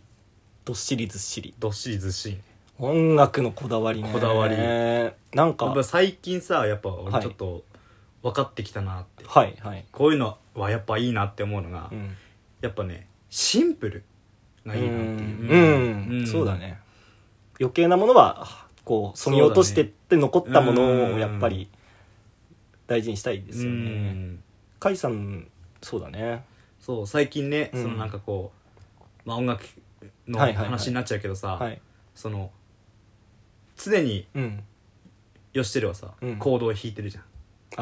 [SPEAKER 1] どっしりずっしり。
[SPEAKER 2] どっしりずっしり。
[SPEAKER 1] 音楽のこだわりね
[SPEAKER 2] こだわり
[SPEAKER 1] なん
[SPEAKER 2] やっぱ
[SPEAKER 1] か
[SPEAKER 2] 最近さやっぱ
[SPEAKER 1] は
[SPEAKER 2] 俺
[SPEAKER 1] い
[SPEAKER 2] ちょっと分かってきたなって、
[SPEAKER 1] はいはい、
[SPEAKER 2] こういうのはやっぱいいなって思うのが、
[SPEAKER 1] うん
[SPEAKER 2] やっぱねシンプルがいいなっていう
[SPEAKER 1] うん、うんそうだね余計なものはこうそぎ落としてって残ったものをやっぱり大事にしたいで
[SPEAKER 2] です
[SPEAKER 1] よね甲斐さんそうだね
[SPEAKER 2] そう最近ね、
[SPEAKER 1] うん
[SPEAKER 2] そのなんかこう、まあ、音楽の
[SPEAKER 1] はいはいはい
[SPEAKER 2] 話になっちゃうけどさ、
[SPEAKER 1] はい
[SPEAKER 2] その常に
[SPEAKER 1] うん
[SPEAKER 2] よしてるはさ、
[SPEAKER 1] うん
[SPEAKER 2] コードを弾いてるじゃん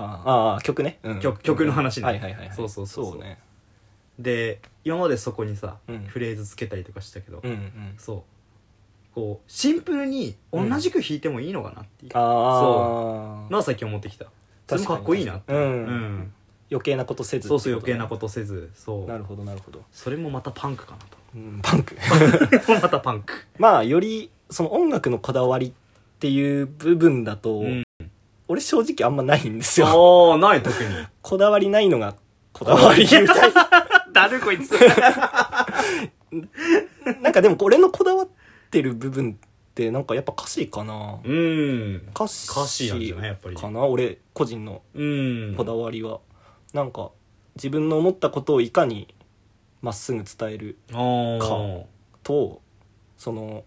[SPEAKER 1] ああああ曲ね、うん
[SPEAKER 2] 曲曲の話ね
[SPEAKER 1] はいはいはいはい
[SPEAKER 2] そうそうそうそう
[SPEAKER 1] ね
[SPEAKER 2] で今までそこにさ、
[SPEAKER 1] うん
[SPEAKER 2] フレーズつけたりとかしたけど、
[SPEAKER 1] うんうん
[SPEAKER 2] そうこうシンプルに同じく弾いてもいいのかなっていう
[SPEAKER 1] ああ
[SPEAKER 2] のは最近思ってきたそれ
[SPEAKER 1] 確か
[SPEAKER 2] もか
[SPEAKER 1] に
[SPEAKER 2] っこいいなって
[SPEAKER 1] うん
[SPEAKER 2] うん
[SPEAKER 1] 余計なことせず
[SPEAKER 2] そうそう余計な
[SPEAKER 1] と
[SPEAKER 2] ことせずそ
[SPEAKER 1] な
[SPEAKER 2] う
[SPEAKER 1] るほどなるほど、
[SPEAKER 2] それもまたパンクか
[SPEAKER 1] うん、パンク
[SPEAKER 2] なとまたパンク
[SPEAKER 1] まあよりその音楽のこだわりっていう部分だと、
[SPEAKER 2] うん
[SPEAKER 1] 俺正直あんまないんですよ
[SPEAKER 2] ああない 特に
[SPEAKER 1] こだわりないのがこだわりみたいな
[SPEAKER 2] だるこいつ
[SPEAKER 1] なんかでも俺のこだわってる部分ってなんかやっぱ歌詞かな
[SPEAKER 2] うん
[SPEAKER 1] 歌詞
[SPEAKER 2] 歌詞なんじゃないやっぱり
[SPEAKER 1] かな俺個人の
[SPEAKER 2] うん
[SPEAKER 1] こだわりは、なんか自分の思ったことをいかにまっすぐ伝える
[SPEAKER 2] あー
[SPEAKER 1] かとその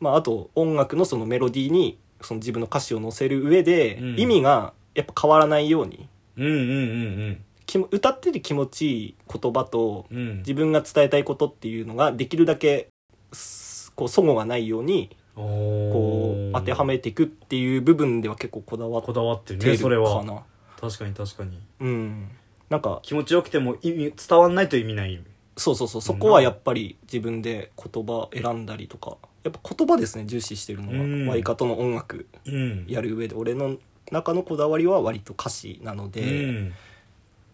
[SPEAKER 1] まああと音楽のそのメロディーにその自分の歌詞を載せる上で、
[SPEAKER 2] うん
[SPEAKER 1] 意味がやっぱ変わらないように
[SPEAKER 2] うんうんうん
[SPEAKER 1] 気も歌ってて気持ちいい言葉と
[SPEAKER 2] うんうん
[SPEAKER 1] 自分が伝えたいことっていうのができるだけすこう齟齬がないようにこ
[SPEAKER 2] こ
[SPEAKER 1] う当てはめていくっていう部分では結構こだわっ
[SPEAKER 2] こだわってる
[SPEAKER 1] て
[SPEAKER 2] ね
[SPEAKER 1] る
[SPEAKER 2] それ
[SPEAKER 1] か
[SPEAKER 2] は
[SPEAKER 1] な、
[SPEAKER 2] 確かに確かに
[SPEAKER 1] うんなんか
[SPEAKER 2] 気持ちよくても意味伝わんないと意味ない
[SPEAKER 1] そうそうそうそこはやっぱり自分で言葉選んだりとかやっぱ言葉ですね重視してるの
[SPEAKER 2] うん
[SPEAKER 1] はワイカとの音楽
[SPEAKER 2] うん
[SPEAKER 1] やる上で俺の中のこだわりは割と歌詞なので、
[SPEAKER 2] うん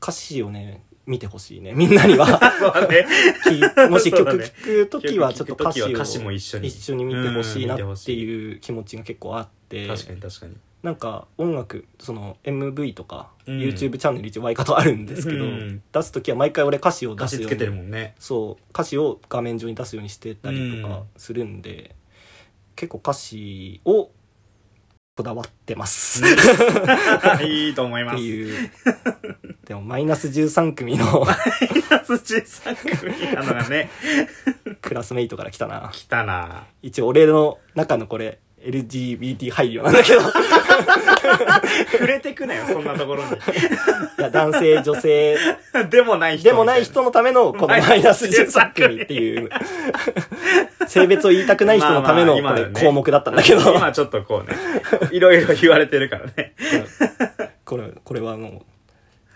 [SPEAKER 1] 歌詞をね見てほしいねみんなに は
[SPEAKER 2] そうだね
[SPEAKER 1] きもし
[SPEAKER 2] そう
[SPEAKER 1] 曲
[SPEAKER 2] だね
[SPEAKER 1] 聴く時はちょっと歌詞を
[SPEAKER 2] 曲聴く時は歌詞も一緒に
[SPEAKER 1] 一緒に見てほしいな
[SPEAKER 2] うん見てほ
[SPEAKER 1] って
[SPEAKER 2] し
[SPEAKER 1] いう気持ちが結構あって
[SPEAKER 2] 確かに確かに
[SPEAKER 1] なんか音楽その MV とか、
[SPEAKER 2] うん
[SPEAKER 1] YouTube チャンネル一応ワイカトあるんですけど、
[SPEAKER 2] うん
[SPEAKER 1] 出す時は毎回俺歌詞を出
[SPEAKER 2] 歌
[SPEAKER 1] す
[SPEAKER 2] 詞
[SPEAKER 1] よう
[SPEAKER 2] つけてる
[SPEAKER 1] に
[SPEAKER 2] もんね
[SPEAKER 1] そう歌詞を画面上に出すようにしてたりと
[SPEAKER 2] う
[SPEAKER 1] か
[SPEAKER 2] ん
[SPEAKER 1] するんで、結構歌詞をこだわってます、っ
[SPEAKER 2] いいと思いま
[SPEAKER 1] て
[SPEAKER 2] す
[SPEAKER 1] いうでもマイナス13組の
[SPEAKER 2] 土さん組なのがね
[SPEAKER 1] クラスメイトから来たな
[SPEAKER 2] 来 たな
[SPEAKER 1] 一応俺の中のこれ LGBT 配慮なんだけどい
[SPEAKER 2] 触れてくなよそんなところに
[SPEAKER 1] や男性女性
[SPEAKER 2] でもない人
[SPEAKER 1] でもない人のためのこのマイナス13組っていう 性別を言いたくない人のための
[SPEAKER 2] まあまあ
[SPEAKER 1] これ
[SPEAKER 2] 今だね
[SPEAKER 1] 項目だったんだけど
[SPEAKER 2] 今ちょっとこうねいろいろ言われてるから ね
[SPEAKER 1] これこれはもう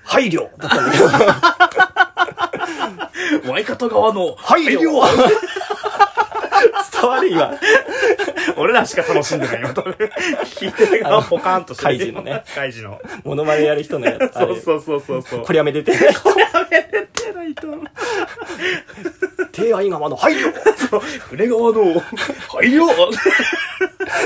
[SPEAKER 1] 配慮だったんだけど
[SPEAKER 2] ワイカト側の
[SPEAKER 1] 配慮 伝わる今
[SPEAKER 2] 俺らしか楽しんでないよ多分聞いてる側ポカーンとしてる
[SPEAKER 1] カイジのね
[SPEAKER 2] カイジの
[SPEAKER 1] モノマネやる人のやつあ
[SPEAKER 2] そ
[SPEAKER 1] れ
[SPEAKER 2] うそうそうそうそう
[SPEAKER 1] これやめて て
[SPEAKER 2] れないと
[SPEAKER 1] 手愛側の配慮
[SPEAKER 2] 触れ側の配 慮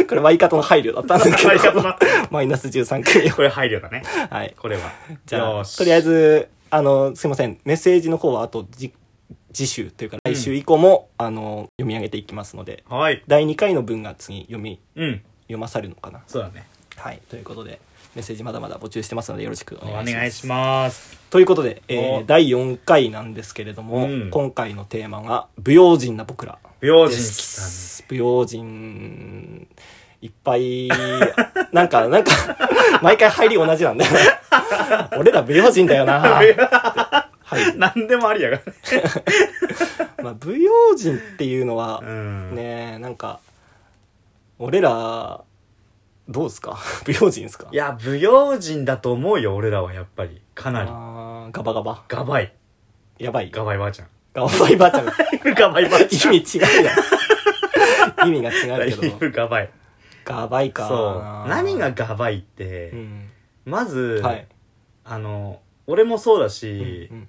[SPEAKER 1] これワイカトの配慮だったんだ
[SPEAKER 2] ワイ
[SPEAKER 1] け
[SPEAKER 2] カ
[SPEAKER 1] ど
[SPEAKER 2] トの
[SPEAKER 1] マイナス13組を
[SPEAKER 2] これ配慮だね
[SPEAKER 1] はい
[SPEAKER 2] これは
[SPEAKER 1] じゃ
[SPEAKER 2] よ
[SPEAKER 1] あ
[SPEAKER 2] し
[SPEAKER 1] とりあえずあのすいませんメッセージの方はあとじ次週というか来週以降も、あの読み上げていきますので
[SPEAKER 2] はい
[SPEAKER 1] 第2回の文が次読み
[SPEAKER 2] うん
[SPEAKER 1] 読まされるのかな
[SPEAKER 2] そうだね
[SPEAKER 1] はいということでメッセージまだまだ募集してますのでよろしくお
[SPEAKER 2] お
[SPEAKER 1] 願いします
[SPEAKER 2] 願いします
[SPEAKER 1] ということで、え
[SPEAKER 2] お
[SPEAKER 1] ー、第4回なんですけれども、
[SPEAKER 2] うん
[SPEAKER 1] 今回のテーマが「不用心な僕ら
[SPEAKER 2] 不用」
[SPEAKER 1] で
[SPEAKER 2] 心
[SPEAKER 1] す不用心いっぱい なんかなんか毎回入り同じなんだよ ね俺ら不用心だよ なはい
[SPEAKER 2] 来、たね何でもありや がらね
[SPEAKER 1] まあ、不用心っていうのは、
[SPEAKER 2] うん
[SPEAKER 1] ねえなんか俺らどうですか不用心ですか
[SPEAKER 2] いや不用心だと思うよ俺らはやっぱりかなり
[SPEAKER 1] あーガバガバ
[SPEAKER 2] ガバイ
[SPEAKER 1] やばいガ
[SPEAKER 2] ガバイばあちゃん
[SPEAKER 1] バいばあちゃん
[SPEAKER 2] ガバイばあ ちゃん
[SPEAKER 1] 意味違うやん意味が
[SPEAKER 2] だ
[SPEAKER 1] 違
[SPEAKER 2] いう
[SPEAKER 1] けど
[SPEAKER 2] ぶガバイ
[SPEAKER 1] ガバいか
[SPEAKER 2] そう何がガバイっ
[SPEAKER 1] う
[SPEAKER 2] て
[SPEAKER 1] ん
[SPEAKER 2] まず
[SPEAKER 1] はい
[SPEAKER 2] あの俺もそうだし
[SPEAKER 1] うん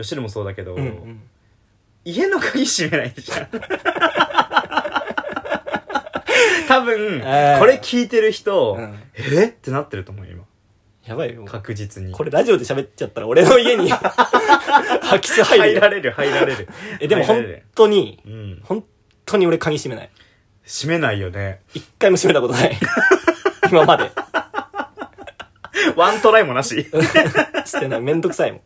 [SPEAKER 2] 吉野もそうだけど
[SPEAKER 1] うんうん
[SPEAKER 2] 家の鍵閉めないじ ゃん多分
[SPEAKER 1] えー
[SPEAKER 2] これ聞いてる人
[SPEAKER 1] うん
[SPEAKER 2] えってなってると思うよ今
[SPEAKER 1] やばいよ
[SPEAKER 2] 確実に
[SPEAKER 1] これラジオで喋っちゃったら俺の家に 空き巣入
[SPEAKER 2] 入
[SPEAKER 1] る
[SPEAKER 2] られる入られる
[SPEAKER 1] えでも
[SPEAKER 2] 入ら
[SPEAKER 1] 本
[SPEAKER 2] れる
[SPEAKER 1] 当に
[SPEAKER 2] うん
[SPEAKER 1] 本当に俺鍵閉めない
[SPEAKER 2] 閉めないよね。
[SPEAKER 1] 一回も閉めたことない 今まで
[SPEAKER 2] ワントライもなし。
[SPEAKER 1] してないめんどくさいもん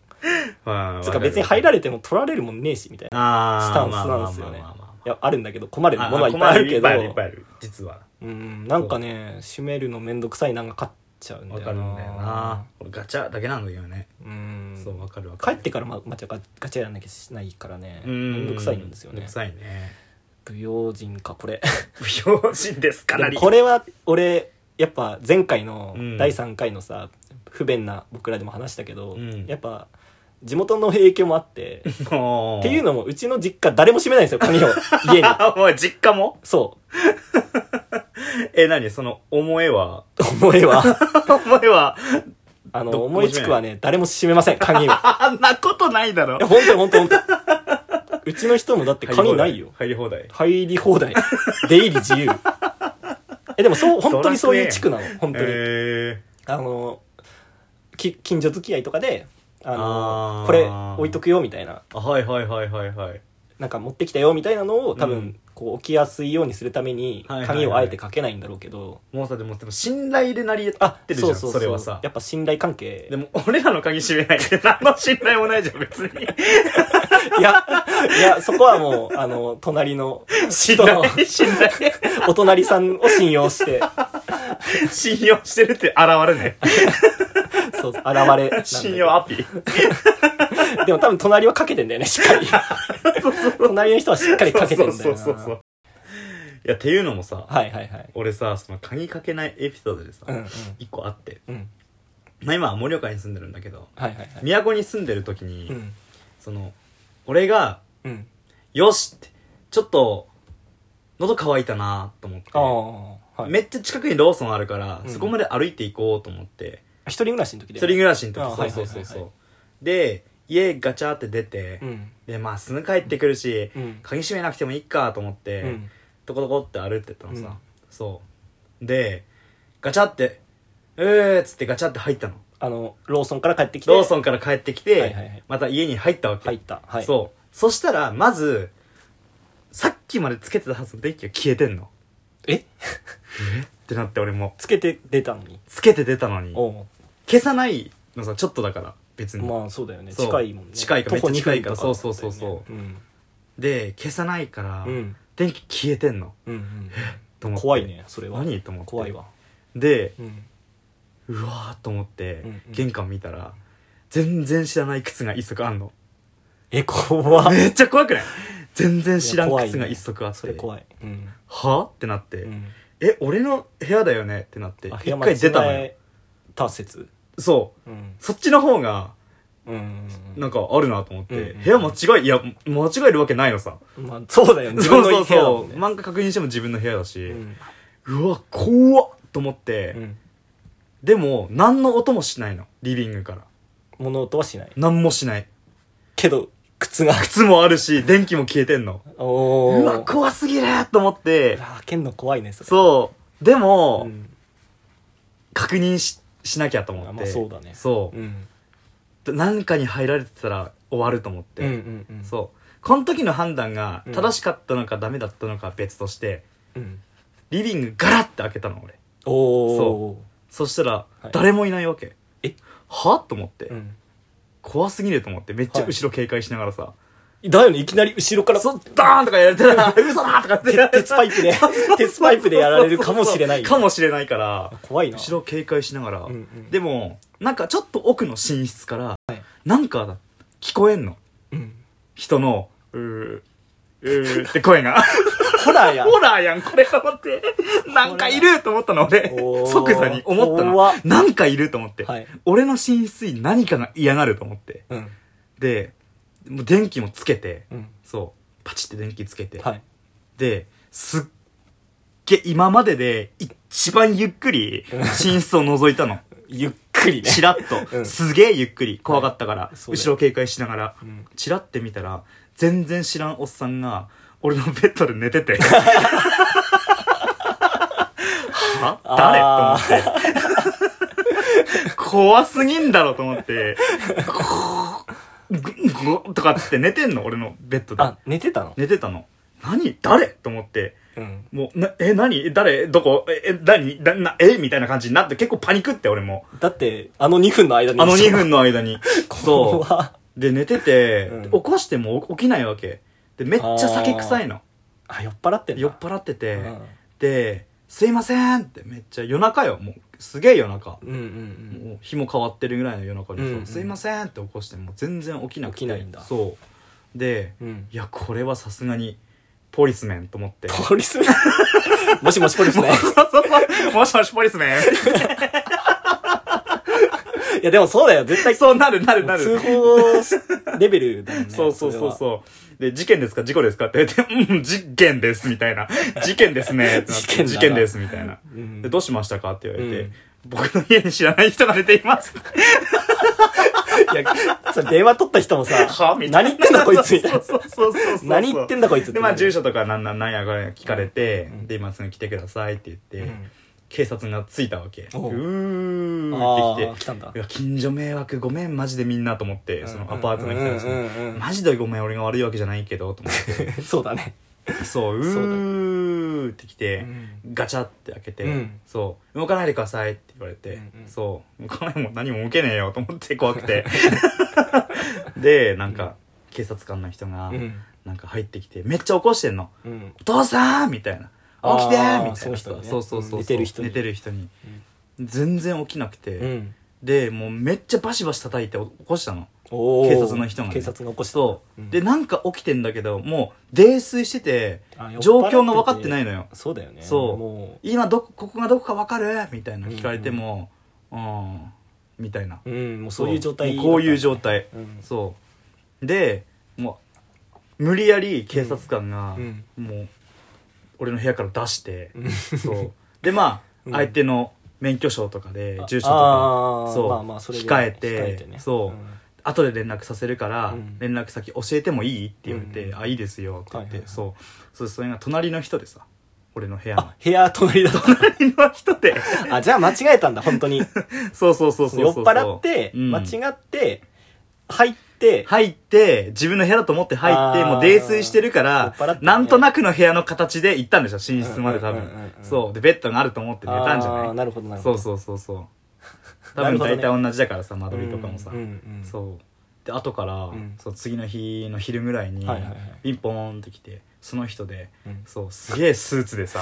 [SPEAKER 2] つ
[SPEAKER 1] つうか別に入
[SPEAKER 2] ら
[SPEAKER 1] られても取られるもんねえしみたいな
[SPEAKER 2] あ
[SPEAKER 1] スタンスなんですよね
[SPEAKER 2] まあまあまあまあま
[SPEAKER 1] いやあるんだけど困る
[SPEAKER 2] ああ
[SPEAKER 1] ものはいっぱいあるけど
[SPEAKER 2] 困いっぱいあるいっぱいある実は
[SPEAKER 1] うんなんかね閉めるのめんどくさいなんか勝っちゃうんだ
[SPEAKER 2] わ
[SPEAKER 1] よな
[SPEAKER 2] かるんだよなこれガチャだけなんだよね
[SPEAKER 1] うん
[SPEAKER 2] そうわかるわか
[SPEAKER 1] 帰
[SPEAKER 2] る
[SPEAKER 1] ってからままたガガチャやらなきゃしないからね
[SPEAKER 2] う
[SPEAKER 1] めんどくさいんですよ
[SPEAKER 2] めん
[SPEAKER 1] ね
[SPEAKER 2] どくさいね
[SPEAKER 1] 不用心かこれ
[SPEAKER 2] 不用心ですかな
[SPEAKER 1] で
[SPEAKER 2] り
[SPEAKER 1] もこれは俺やっぱ前回の
[SPEAKER 2] うん
[SPEAKER 1] 第3回のさ、不便な僕らでも話したけど、
[SPEAKER 2] うん
[SPEAKER 1] やっぱ地元の影響もあってっ
[SPEAKER 2] も
[SPEAKER 1] ていう
[SPEAKER 2] の
[SPEAKER 1] のもうちの実家誰も閉めないんですよ 鍵を家に
[SPEAKER 2] あおい実家も
[SPEAKER 1] そ
[SPEAKER 2] え何その思えは
[SPEAKER 1] う思えは
[SPEAKER 2] 思えは
[SPEAKER 1] あ
[SPEAKER 2] ど
[SPEAKER 1] の
[SPEAKER 2] こも
[SPEAKER 1] 思い地区はね誰も閉めません鍵をいや
[SPEAKER 2] あんなことないだろ
[SPEAKER 1] 本当本当本当うちの人もだって鍵ないよ
[SPEAKER 2] 入り放題
[SPEAKER 1] 入り放題 出入り自由えでもそう本当にそういう地区なの本当に、
[SPEAKER 2] え
[SPEAKER 1] あのき近所付き合いとかであの
[SPEAKER 2] あー
[SPEAKER 1] これ置いとくよみたいな
[SPEAKER 2] ーあはいはいはいはいはい
[SPEAKER 1] なんか持ってきたよみたいなのを多分、
[SPEAKER 2] うん
[SPEAKER 1] こう置きやすいようにするために
[SPEAKER 2] はいはいはい
[SPEAKER 1] 鍵をあえてかけないんだろうけど、
[SPEAKER 2] もうさでもでも信頼で成り立ってるじゃんそれはさ
[SPEAKER 1] やっぱ信頼関係
[SPEAKER 2] でも、俺らの鍵閉めないって何の信頼もないじゃん、 別に。
[SPEAKER 1] いやいやそこはもうあの隣 の
[SPEAKER 2] 信
[SPEAKER 1] 人の
[SPEAKER 2] 頼、信頼、
[SPEAKER 1] お隣さんを信用して
[SPEAKER 2] 信用してるって現れね。
[SPEAKER 1] そう現れなんだけど
[SPEAKER 2] 信用アピ。
[SPEAKER 1] でも多分隣はかけてんだよねしっかり隣の人はしっかりかけてんだよな
[SPEAKER 2] そうそうそうそう。いや、っていうのもさ、
[SPEAKER 1] はいはいはい
[SPEAKER 2] 俺さ、その鍵かけないエピソードでさ
[SPEAKER 1] うんうん、
[SPEAKER 2] 一、個あって。
[SPEAKER 1] うん
[SPEAKER 2] まあ今は盛岡に住んでるんだけど、
[SPEAKER 1] はいはいはい
[SPEAKER 2] 都に住んでる時に、
[SPEAKER 1] うん
[SPEAKER 2] その、俺が、
[SPEAKER 1] うん
[SPEAKER 2] よしって、ちょっと、喉乾いたなと思って
[SPEAKER 1] あ、あはい
[SPEAKER 2] めっちゃ近くにローソンあるから、
[SPEAKER 1] うん
[SPEAKER 2] そこまで歩いていこうと思って、
[SPEAKER 1] 一人暮らしの時
[SPEAKER 2] 一
[SPEAKER 1] で
[SPEAKER 2] 人暮らしの
[SPEAKER 1] あ
[SPEAKER 2] 時そうそ
[SPEAKER 1] はいは
[SPEAKER 2] うそう
[SPEAKER 1] い
[SPEAKER 2] そ
[SPEAKER 1] はい
[SPEAKER 2] う、
[SPEAKER 1] は
[SPEAKER 2] で家ガチャって出て、
[SPEAKER 1] うん
[SPEAKER 2] でまあすぐ帰ってくるし、
[SPEAKER 1] うん
[SPEAKER 2] 鍵閉めなくてもいいかと思って、
[SPEAKER 1] うん
[SPEAKER 2] トコトコって歩いてったのさ、
[SPEAKER 1] うん
[SPEAKER 2] そうでガチャって「うー」っつってガチャって入ったの
[SPEAKER 1] あのローソンから帰ってきて
[SPEAKER 2] ローソンから帰ってきて、
[SPEAKER 1] はいはいはい
[SPEAKER 2] また家に入ったわけ、
[SPEAKER 1] 入ったはい
[SPEAKER 2] そうそしたらまずさっきまでつけてたはずの電気が消えてんの
[SPEAKER 1] え
[SPEAKER 2] ってなって俺も
[SPEAKER 1] つけて出たのに
[SPEAKER 2] つけて出たのに
[SPEAKER 1] おう
[SPEAKER 2] 消さないのさちょっとだから別に、
[SPEAKER 1] まあそうだよね
[SPEAKER 2] そう
[SPEAKER 1] 近いもんね
[SPEAKER 2] 近いから
[SPEAKER 1] 徒歩
[SPEAKER 2] めっちゃ近いから
[SPEAKER 1] 2分と
[SPEAKER 2] そうそうそうそう
[SPEAKER 1] だよね
[SPEAKER 2] で消さないから、
[SPEAKER 1] うんうん
[SPEAKER 2] 電気消えてんの
[SPEAKER 1] うんうん
[SPEAKER 2] と思って
[SPEAKER 1] 怖いねそれは
[SPEAKER 2] 何と思って
[SPEAKER 1] 怖いわ
[SPEAKER 2] で
[SPEAKER 1] うん
[SPEAKER 2] うわーと思って
[SPEAKER 1] うんうん
[SPEAKER 2] 玄関見たら、全然知らない靴が一足あんの
[SPEAKER 1] え怖 っ
[SPEAKER 2] めっちゃ怖くない全然知
[SPEAKER 1] い
[SPEAKER 2] らん
[SPEAKER 1] や怖いね
[SPEAKER 2] 靴が一足あって、
[SPEAKER 1] それ怖いうん
[SPEAKER 2] はってなって、
[SPEAKER 1] うん
[SPEAKER 2] え俺の部屋だよねってなって
[SPEAKER 1] あ部
[SPEAKER 2] 一
[SPEAKER 1] 屋まで
[SPEAKER 2] 回出たの
[SPEAKER 1] 備
[SPEAKER 2] よ
[SPEAKER 1] えた説
[SPEAKER 2] そう
[SPEAKER 1] うん
[SPEAKER 2] そっちの方が
[SPEAKER 1] うん
[SPEAKER 2] なんかあるなと思って、
[SPEAKER 1] うんうん
[SPEAKER 2] 部屋間違いいや間違えるわけないのさ
[SPEAKER 1] まあそうだよね自
[SPEAKER 2] そ
[SPEAKER 1] 分
[SPEAKER 2] う
[SPEAKER 1] の
[SPEAKER 2] そう
[SPEAKER 1] 部屋だ
[SPEAKER 2] そ
[SPEAKER 1] もん
[SPEAKER 2] う
[SPEAKER 1] ね
[SPEAKER 2] 漫画確認しても自分の部屋だし、
[SPEAKER 1] うん
[SPEAKER 2] うわ怖っと思って、
[SPEAKER 1] うん
[SPEAKER 2] でも何の音もしないのリビングから
[SPEAKER 1] 物音はしない
[SPEAKER 2] 何もしない
[SPEAKER 1] けど靴が
[SPEAKER 2] 靴もあるし電気も消えてんの
[SPEAKER 1] おお
[SPEAKER 2] うわ怖すぎると思って
[SPEAKER 1] 開けんの怖いねそれ
[SPEAKER 2] そうでも、
[SPEAKER 1] うん
[SPEAKER 2] 確認ししなきゃと思って、
[SPEAKER 1] あまあそうだね
[SPEAKER 2] そう
[SPEAKER 1] う、ん
[SPEAKER 2] 何かに入られてたら終わると思っ
[SPEAKER 1] うんう
[SPEAKER 2] て、
[SPEAKER 1] んうん
[SPEAKER 2] そうこの時の判断が
[SPEAKER 1] うん
[SPEAKER 2] 正しかったのかダメだったのかは別として、
[SPEAKER 1] うん
[SPEAKER 2] リビングガラッて開けたの俺
[SPEAKER 1] おお
[SPEAKER 2] そしたら
[SPEAKER 1] はい
[SPEAKER 2] 誰もいないわけ、
[SPEAKER 1] え
[SPEAKER 2] はと思って、
[SPEAKER 1] うん
[SPEAKER 2] 怖すぎると思ってめっちゃ
[SPEAKER 1] はい
[SPEAKER 2] 後ろ警戒しながらさ、
[SPEAKER 1] だよねいきなり後ろから
[SPEAKER 2] そダーンとかやられて たら嘘だとかって
[SPEAKER 1] 鉄 鉄パイプで鉄パイプでやられるかもしれない
[SPEAKER 2] かもしれないから
[SPEAKER 1] 怖いな
[SPEAKER 2] 後ろ警戒しながら、
[SPEAKER 1] うんうん
[SPEAKER 2] でもなんかちょっと奥の寝室から、
[SPEAKER 1] はい
[SPEAKER 2] なんか聞こえんの
[SPEAKER 1] うん
[SPEAKER 2] 人のうーうーって 声が
[SPEAKER 1] ホラーや
[SPEAKER 2] ホラーやんこれと思って なんかいると思ったの俺
[SPEAKER 1] おー
[SPEAKER 2] 即座に思ったの
[SPEAKER 1] 怖っ
[SPEAKER 2] なんかいると思って、
[SPEAKER 1] はい
[SPEAKER 2] 俺の寝室に何かが嫌がると思って
[SPEAKER 1] うん
[SPEAKER 2] でもう電気もつけて、
[SPEAKER 1] うん
[SPEAKER 2] そうパチって電気つけて、
[SPEAKER 1] はい
[SPEAKER 2] ですっげ今までで一番ゆっくり寝室を覗いたの
[SPEAKER 1] ゆっくりね
[SPEAKER 2] チラッと、
[SPEAKER 1] うん
[SPEAKER 2] すげえゆっくり怖かったから、
[SPEAKER 1] そうだよ
[SPEAKER 2] 後ろ警戒しながら、
[SPEAKER 1] うん
[SPEAKER 2] チラって見たら全然知らんおっさんが俺のベッドで寝 てては
[SPEAKER 1] あ
[SPEAKER 2] 誰と思って怖すぎんだろと思ってグッグッとかっつって寝てんの俺のベッドで
[SPEAKER 1] あ寝てたの
[SPEAKER 2] 寝てたの何誰と思って
[SPEAKER 1] うん。
[SPEAKER 2] もう、な、え、何誰どこええ、何だな、えみたいな感じになって結構パニックって俺も。
[SPEAKER 1] だって、あの2分の間に。
[SPEAKER 2] あの2。分の間に。
[SPEAKER 1] こ
[SPEAKER 2] そう。
[SPEAKER 1] は。
[SPEAKER 2] で、寝てて、
[SPEAKER 1] うん
[SPEAKER 2] 起こしても起きないわけ。で、めっちゃ酒臭いの。
[SPEAKER 1] あ、酔っ払ってんだ。
[SPEAKER 2] 酔っ払ってて、
[SPEAKER 1] うん
[SPEAKER 2] で、すいませんってめっちゃ夜中よ。もう、すげえ夜中。
[SPEAKER 1] うんうん
[SPEAKER 2] もう日も変わってるぐらいの夜中にさ、
[SPEAKER 1] うんうん
[SPEAKER 2] すいませんって起こしても全然起きなくて
[SPEAKER 1] 起きないんだ
[SPEAKER 2] そうで
[SPEAKER 1] うん。うん。
[SPEAKER 2] いやこれはさすがにポリスメンと 思って
[SPEAKER 1] ポ リスメン。もしもしポリスメン。
[SPEAKER 2] もしもしポリスメ
[SPEAKER 1] いや、でもそうだよ。絶
[SPEAKER 2] ン そうなるなる
[SPEAKER 1] 対
[SPEAKER 2] な
[SPEAKER 1] 通
[SPEAKER 2] る
[SPEAKER 1] 報レベルだよね。
[SPEAKER 2] そうそうそう
[SPEAKER 1] う。
[SPEAKER 2] そうで事件ですか事故ですかって言って「 うん事件です」みた いな「事件ですね」ってなっ
[SPEAKER 1] 事件だ
[SPEAKER 2] て「
[SPEAKER 1] な
[SPEAKER 2] 事件です」みたいな、
[SPEAKER 1] うん
[SPEAKER 2] で「どうしましたか?」って言われて、
[SPEAKER 1] うん
[SPEAKER 2] 僕の家に知らない人が出て います。
[SPEAKER 1] いや、それ電話取った人もさ、
[SPEAKER 2] はみたいな。
[SPEAKER 1] 何言ってんだこいつ。みたい
[SPEAKER 2] そ
[SPEAKER 1] な
[SPEAKER 2] うそうそうそうそう。
[SPEAKER 1] 何言ってんだこいつって
[SPEAKER 2] で、まあ、住所とかなんなんなんやこれ聞かれて、
[SPEAKER 1] うん
[SPEAKER 2] で、今すぐ来てくださいって言って、
[SPEAKER 1] うん
[SPEAKER 2] 警察が着いたわけ。う
[SPEAKER 1] おう
[SPEAKER 2] ー
[SPEAKER 1] あ
[SPEAKER 2] んって
[SPEAKER 1] ー
[SPEAKER 2] 来
[SPEAKER 1] 来たんだ
[SPEAKER 2] て、い。や、近所迷惑ごめん、マジでみんなと思って、そのアパートの人たち
[SPEAKER 1] うんう
[SPEAKER 2] に。
[SPEAKER 1] んうん
[SPEAKER 2] マジでごめん、俺が悪いわけじゃないけど、と思っ
[SPEAKER 1] うんそうだね。
[SPEAKER 2] て。そう、う
[SPEAKER 1] そうだ
[SPEAKER 2] ーって来て、ガチャって開けて、
[SPEAKER 1] うん
[SPEAKER 2] そう、動かないでくださいって言われて、
[SPEAKER 1] うんうん
[SPEAKER 2] そう、動かないもん何も動けねえよと思って怖 くて。 で、なんか、警察官の人が、
[SPEAKER 1] うん
[SPEAKER 2] なんか入ってきて、めっちゃ起こしてんの。
[SPEAKER 1] うん。
[SPEAKER 2] お父さんみたいな。
[SPEAKER 1] あー
[SPEAKER 2] 起きてみたいな
[SPEAKER 1] その人にね
[SPEAKER 2] そうそうそうそう。
[SPEAKER 1] 寝てる人に
[SPEAKER 2] 寝てる人に。全然起きなくて、
[SPEAKER 1] うん。
[SPEAKER 2] で、もうめっちゃバシバシ叩いて起こしたの。
[SPEAKER 1] おー
[SPEAKER 2] 警察の人がね
[SPEAKER 1] 警察が起こした。
[SPEAKER 2] そう、
[SPEAKER 1] うん
[SPEAKER 2] で、なんか起きてんだけど、もう泥酔してて
[SPEAKER 1] あ酔っ払って、て
[SPEAKER 2] 状況が分かってないのよ。
[SPEAKER 1] そうだよね。
[SPEAKER 2] そう
[SPEAKER 1] も
[SPEAKER 2] 今どこここがどこか分かるみたいな聞かれてもうん、みたいな
[SPEAKER 1] う、うん、もうそういう状態。
[SPEAKER 2] もうこういう状態、
[SPEAKER 1] うん
[SPEAKER 2] そうでもう無理やり警察官が、
[SPEAKER 1] うん
[SPEAKER 2] もう俺の部屋から出して、そうでまあ、
[SPEAKER 1] うん
[SPEAKER 2] 相手の免許証とかで
[SPEAKER 1] あ
[SPEAKER 2] 住所とか
[SPEAKER 1] あー
[SPEAKER 2] そう、
[SPEAKER 1] まあまあそれで
[SPEAKER 2] 控えて
[SPEAKER 1] 控えてね
[SPEAKER 2] そう、
[SPEAKER 1] うん
[SPEAKER 2] 後で連絡させるから、
[SPEAKER 1] うん
[SPEAKER 2] 連絡先教えてもいいって言われて、
[SPEAKER 1] うん
[SPEAKER 2] あいいですよって言っ
[SPEAKER 1] はい
[SPEAKER 2] て、
[SPEAKER 1] はいはい
[SPEAKER 2] そうそうそれが隣の人でさ俺の部屋の
[SPEAKER 1] あ、部屋隣だった。
[SPEAKER 2] 隣の人で
[SPEAKER 1] あ、じゃあ間違えたんだ、本当に。
[SPEAKER 2] そうそうそうそう
[SPEAKER 1] 酔っ
[SPEAKER 2] そう
[SPEAKER 1] 払って、
[SPEAKER 2] うん
[SPEAKER 1] 間違って、入って、
[SPEAKER 2] 入って、自分の部屋だと思って入って、
[SPEAKER 1] あー
[SPEAKER 2] もう泥酔してるから
[SPEAKER 1] 酔っ払って、ね
[SPEAKER 2] なんとなくの部屋の形で行ったんでしょ、寝室まで多
[SPEAKER 1] うんうんうんうん
[SPEAKER 2] 分。そう。で、ベッドがあると思って寝たんじゃ
[SPEAKER 1] あー
[SPEAKER 2] ない
[SPEAKER 1] なるほど、なるほ
[SPEAKER 2] そ
[SPEAKER 1] ど。
[SPEAKER 2] うそうそうそう。多
[SPEAKER 1] なる
[SPEAKER 2] 分
[SPEAKER 1] ほどね
[SPEAKER 2] 大体同じだからさ、間取りとかもさ
[SPEAKER 1] うん。うんうん
[SPEAKER 2] そう。で、後から
[SPEAKER 1] ん、
[SPEAKER 2] そう、次の日の昼ぐらいに
[SPEAKER 1] はいはいはい、
[SPEAKER 2] ピンポーンって来て、その人で
[SPEAKER 1] うん、
[SPEAKER 2] そう、すげえスーツ でさ、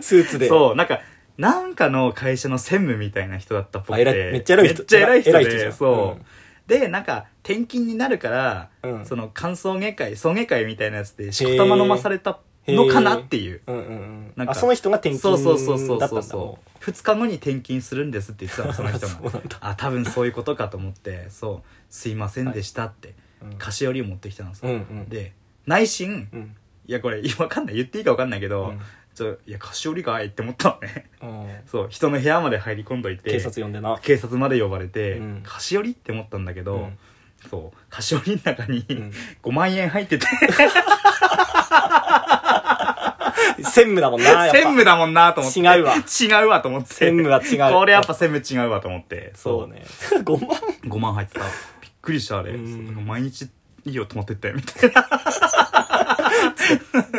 [SPEAKER 1] スーツで。
[SPEAKER 2] そう、なんか、なんかの会社の専務みたいな人だったっぽくて。
[SPEAKER 1] あ偉いめっちゃ偉い人
[SPEAKER 2] めっちゃ偉い人で。
[SPEAKER 1] 偉い人じゃん
[SPEAKER 2] そう、
[SPEAKER 1] うん
[SPEAKER 2] で、なんか、転勤になるから、
[SPEAKER 1] うん
[SPEAKER 2] その、歓送迎会、送迎会みたいなやつで、しこたま飲まされた
[SPEAKER 1] へー
[SPEAKER 2] のかなっていう。
[SPEAKER 1] うんうんう
[SPEAKER 2] なん
[SPEAKER 1] ん。
[SPEAKER 2] か
[SPEAKER 1] あ、その人が転
[SPEAKER 2] そう
[SPEAKER 1] 勤
[SPEAKER 2] そうそうそ
[SPEAKER 1] だ
[SPEAKER 2] う
[SPEAKER 1] った
[SPEAKER 2] そうん
[SPEAKER 1] だ。も
[SPEAKER 2] そう。二日後に転勤するんですって言ってたの、その人
[SPEAKER 1] そうなん
[SPEAKER 2] が。あ、多分そういうことかと思って、そう、すいませんでしたって、
[SPEAKER 1] うん
[SPEAKER 2] 菓子折りを持ってきたのさ。
[SPEAKER 1] ううんうん。
[SPEAKER 2] で、内心、
[SPEAKER 1] うん、
[SPEAKER 2] いや、これ、わかんない。言っていいかわかんないけど、
[SPEAKER 1] うん
[SPEAKER 2] ちょ、いや、菓子折りかいって思ったのね。
[SPEAKER 1] うん。
[SPEAKER 2] そう人の部屋まで入り込んどいて
[SPEAKER 1] 警察呼んで な。
[SPEAKER 2] 警察まで呼ばれて、
[SPEAKER 1] うん
[SPEAKER 2] 菓子折りって思ったんだけど、
[SPEAKER 1] うん
[SPEAKER 2] そう菓子折りの中に
[SPEAKER 1] ん
[SPEAKER 2] 5万円入ってて、
[SPEAKER 1] 専務だもんな、やっぱ。
[SPEAKER 2] 専務だもんなと思って
[SPEAKER 1] 違うわ
[SPEAKER 2] 違うわと思って
[SPEAKER 1] 専務は違う。
[SPEAKER 2] これやっぱ専務違うわと思って
[SPEAKER 1] そうね。5万
[SPEAKER 2] そう5万入ってたびっくりしたあれ、
[SPEAKER 1] うん
[SPEAKER 2] そうだから毎日いいよ泊まってったよみたいな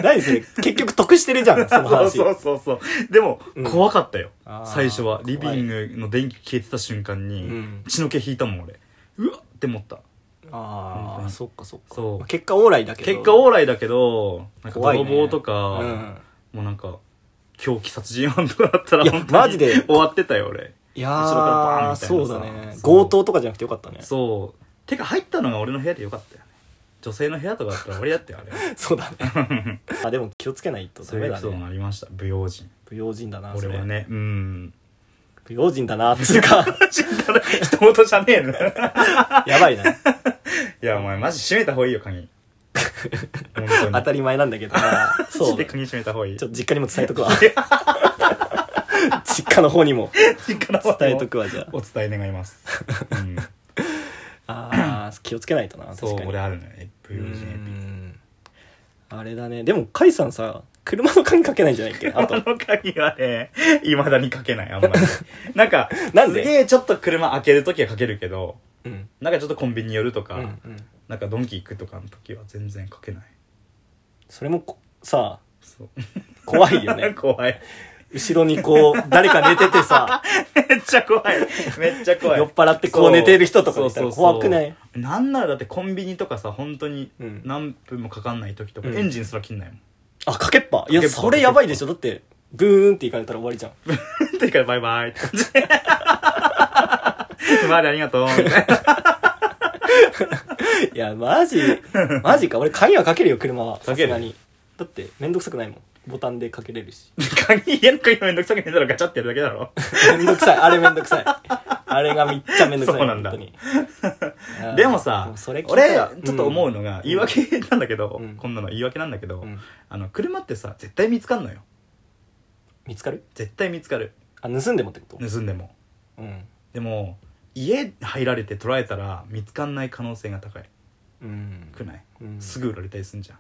[SPEAKER 1] 何それ結局得してるじゃん、その
[SPEAKER 2] そう
[SPEAKER 1] 話。
[SPEAKER 2] そうそうそうでも、
[SPEAKER 1] うん
[SPEAKER 2] 怖かったよ
[SPEAKER 1] あー
[SPEAKER 2] 最初はリビ
[SPEAKER 1] 怖い
[SPEAKER 2] ングの電気消えてた瞬間に、
[SPEAKER 1] うん
[SPEAKER 2] 血の毛引いたもん俺うわっって思った
[SPEAKER 1] ああ、そっかそっか。
[SPEAKER 2] そう
[SPEAKER 1] まあ結果オーライだけど。
[SPEAKER 2] 結果オーライだけど、なんか
[SPEAKER 1] 怖い
[SPEAKER 2] 泥
[SPEAKER 1] ね
[SPEAKER 2] 棒とか、
[SPEAKER 1] うん
[SPEAKER 2] もうなんか、狂気殺人犯とかだったら、
[SPEAKER 1] いや
[SPEAKER 2] 本当に
[SPEAKER 1] マジで
[SPEAKER 2] 終わってたよ、俺。
[SPEAKER 1] いや
[SPEAKER 2] 後ろからバーン
[SPEAKER 1] ー
[SPEAKER 2] みたいな
[SPEAKER 1] そう
[SPEAKER 2] さ
[SPEAKER 1] だね
[SPEAKER 2] そう
[SPEAKER 1] 強盗とかじゃなくてよかったね
[SPEAKER 2] そう。てか入ったのが俺の部屋でよかったよね。女性の部屋とかだったら終わりだっ たよ、あ れ。
[SPEAKER 1] そうだ ねあでも気をつけないとダ
[SPEAKER 2] そうい
[SPEAKER 1] メ
[SPEAKER 2] うエ
[SPEAKER 1] だ
[SPEAKER 2] ピソード
[SPEAKER 1] ね
[SPEAKER 2] がありました。不用心。
[SPEAKER 1] 不用心だな
[SPEAKER 2] 俺は
[SPEAKER 1] それ
[SPEAKER 2] ね、 うん。
[SPEAKER 1] 不用心だなっていう か
[SPEAKER 2] 人事じゃねえの。
[SPEAKER 1] やばいない
[SPEAKER 2] や、お前マジ閉めた方がいいよ、鍵。本当に。
[SPEAKER 1] 当たり前なんだけどな
[SPEAKER 2] マ
[SPEAKER 1] そ
[SPEAKER 2] ジ
[SPEAKER 1] う
[SPEAKER 2] で
[SPEAKER 1] ち
[SPEAKER 2] 鍵閉めた方がいい。
[SPEAKER 1] ょっと実家にも伝えとくわ 実家の方にも 伝えとくわじゃ
[SPEAKER 2] お伝え願います。 うん。
[SPEAKER 1] ああー気をつけないとな確
[SPEAKER 2] そう
[SPEAKER 1] か、に
[SPEAKER 2] 俺あるのよ。不用
[SPEAKER 1] う
[SPEAKER 2] 心エピ。
[SPEAKER 1] んあれだねでも甲斐さんさ車の鍵かけないんじゃないっけ あと
[SPEAKER 2] あの鍵はね、未だにかけない、あんまり。なんか、
[SPEAKER 1] なんです
[SPEAKER 2] げえちょっと車開けるときはかけるけど、
[SPEAKER 1] うん
[SPEAKER 2] なんかちょっとコンビニ寄るとか、
[SPEAKER 1] うんうん
[SPEAKER 2] なんかドンキ行くとかのときは全然かけない。
[SPEAKER 1] それもこさ
[SPEAKER 2] そう
[SPEAKER 1] 怖いよね
[SPEAKER 2] 怖い
[SPEAKER 1] 後ろにこう誰か寝ててさ
[SPEAKER 2] めっちゃ怖いめっちゃ怖い
[SPEAKER 1] 酔っ払ってこう寝てる人とかいたら怖くない
[SPEAKER 2] そうそうそうなんならだってコンビニとかさ本当に
[SPEAKER 1] うん
[SPEAKER 2] 何分もかかんない時とか、
[SPEAKER 1] うん
[SPEAKER 2] エンジンすら切ん ないもん
[SPEAKER 1] あかけっぱいや
[SPEAKER 2] かけっぱ
[SPEAKER 1] それやばいでしょだってブーンって行かれたら終わりじゃん
[SPEAKER 2] っていうからバイバイって 感じで周りありがとうみたいない
[SPEAKER 1] やマジマジか俺鍵はかけるよ車は
[SPEAKER 2] か
[SPEAKER 1] さす
[SPEAKER 2] ける
[SPEAKER 1] がにだってめんどくさくないもんボタンでかけれるし
[SPEAKER 2] 鍵家の鍵のめんどくさくねえだろガチャってやるだけだろ
[SPEAKER 1] めんどくさいあれめんどくさいあれがめっちゃめんどくさい
[SPEAKER 2] そうなんだ
[SPEAKER 1] 本当にいやー
[SPEAKER 2] でもさ
[SPEAKER 1] もそれ聞いた
[SPEAKER 2] 俺
[SPEAKER 1] ら
[SPEAKER 2] ちょっと思うのが言い訳なんだけど、
[SPEAKER 1] うん
[SPEAKER 2] こんなの言い訳なんだけど、
[SPEAKER 1] うん
[SPEAKER 2] あの車ってさ絶対見つかんのよ
[SPEAKER 1] 見つかる
[SPEAKER 2] 絶対見つかる
[SPEAKER 1] あ盗んでもってこと
[SPEAKER 2] 盗んでも
[SPEAKER 1] うん
[SPEAKER 2] でも家入られて取られたら見つかんない可能性が高い
[SPEAKER 1] うん
[SPEAKER 2] くない、
[SPEAKER 1] うん
[SPEAKER 2] すぐ売られたりすんじゃん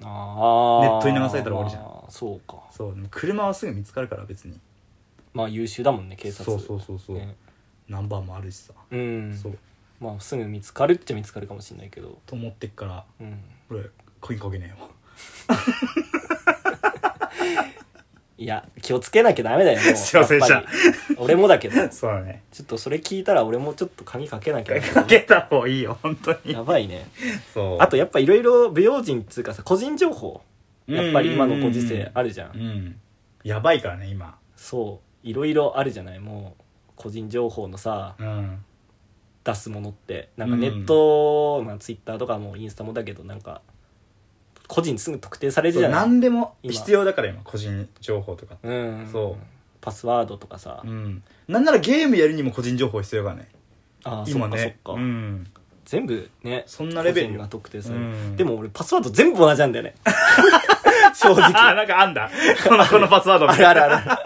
[SPEAKER 1] ネ
[SPEAKER 2] ネ
[SPEAKER 1] ッ
[SPEAKER 2] ットに流されたら終わりじゃん
[SPEAKER 1] そうか
[SPEAKER 2] そうでも車はすぐ見つかるから別に
[SPEAKER 1] まあ優秀だもんね警察
[SPEAKER 2] そうそうそうそう、
[SPEAKER 1] ね
[SPEAKER 2] ナンバーもあるしさ、
[SPEAKER 1] うん
[SPEAKER 2] そう
[SPEAKER 1] まあすぐ見つかるっちゃ見つかるかもしれないけど
[SPEAKER 2] と思ってっから
[SPEAKER 1] うん
[SPEAKER 2] 俺鍵かけねえよ
[SPEAKER 1] いや気をつけなきゃダメだよもう
[SPEAKER 2] すいません
[SPEAKER 1] やっぱり俺もだけど
[SPEAKER 2] そうだね
[SPEAKER 1] ちょっ とそれ聞いたら俺もちょっと髪かけなきゃ
[SPEAKER 2] か けた方がいいよ本当に
[SPEAKER 1] やばいね
[SPEAKER 2] そう
[SPEAKER 1] あとやっぱいろいろ美容人っつうかさ個人情報やっぱり今のご時
[SPEAKER 2] うんうんうんう
[SPEAKER 1] 世
[SPEAKER 2] ん
[SPEAKER 1] あるじゃん
[SPEAKER 2] うんやばいからね今
[SPEAKER 1] そういろいろあるじゃないもう個人情報のさ
[SPEAKER 2] うん
[SPEAKER 1] 出すものってなんかネット、まあ、ツイッターとかもインスタもだけどなんか個人すぐ特定される
[SPEAKER 2] そ
[SPEAKER 1] じ
[SPEAKER 2] う
[SPEAKER 1] ゃない
[SPEAKER 2] 何でも
[SPEAKER 1] 今
[SPEAKER 2] 必要だから今個人情報とか
[SPEAKER 1] うん
[SPEAKER 2] そう
[SPEAKER 1] パスワードとかさ、
[SPEAKER 2] うんなんならゲームやるにも個人情報必要がね
[SPEAKER 1] ああそ
[SPEAKER 2] 今
[SPEAKER 1] っかそっ
[SPEAKER 2] ね
[SPEAKER 1] か、
[SPEAKER 2] うん
[SPEAKER 1] 全部ね
[SPEAKER 2] そんなレベル
[SPEAKER 1] 個人
[SPEAKER 2] よ
[SPEAKER 1] が特定される、
[SPEAKER 2] うん
[SPEAKER 1] でも俺パスワード全部同じなん だよね正
[SPEAKER 2] ああ
[SPEAKER 1] 直
[SPEAKER 2] なんかあんだこ のこのパスワードみ
[SPEAKER 1] あ
[SPEAKER 2] たい
[SPEAKER 1] る
[SPEAKER 2] な
[SPEAKER 1] あるある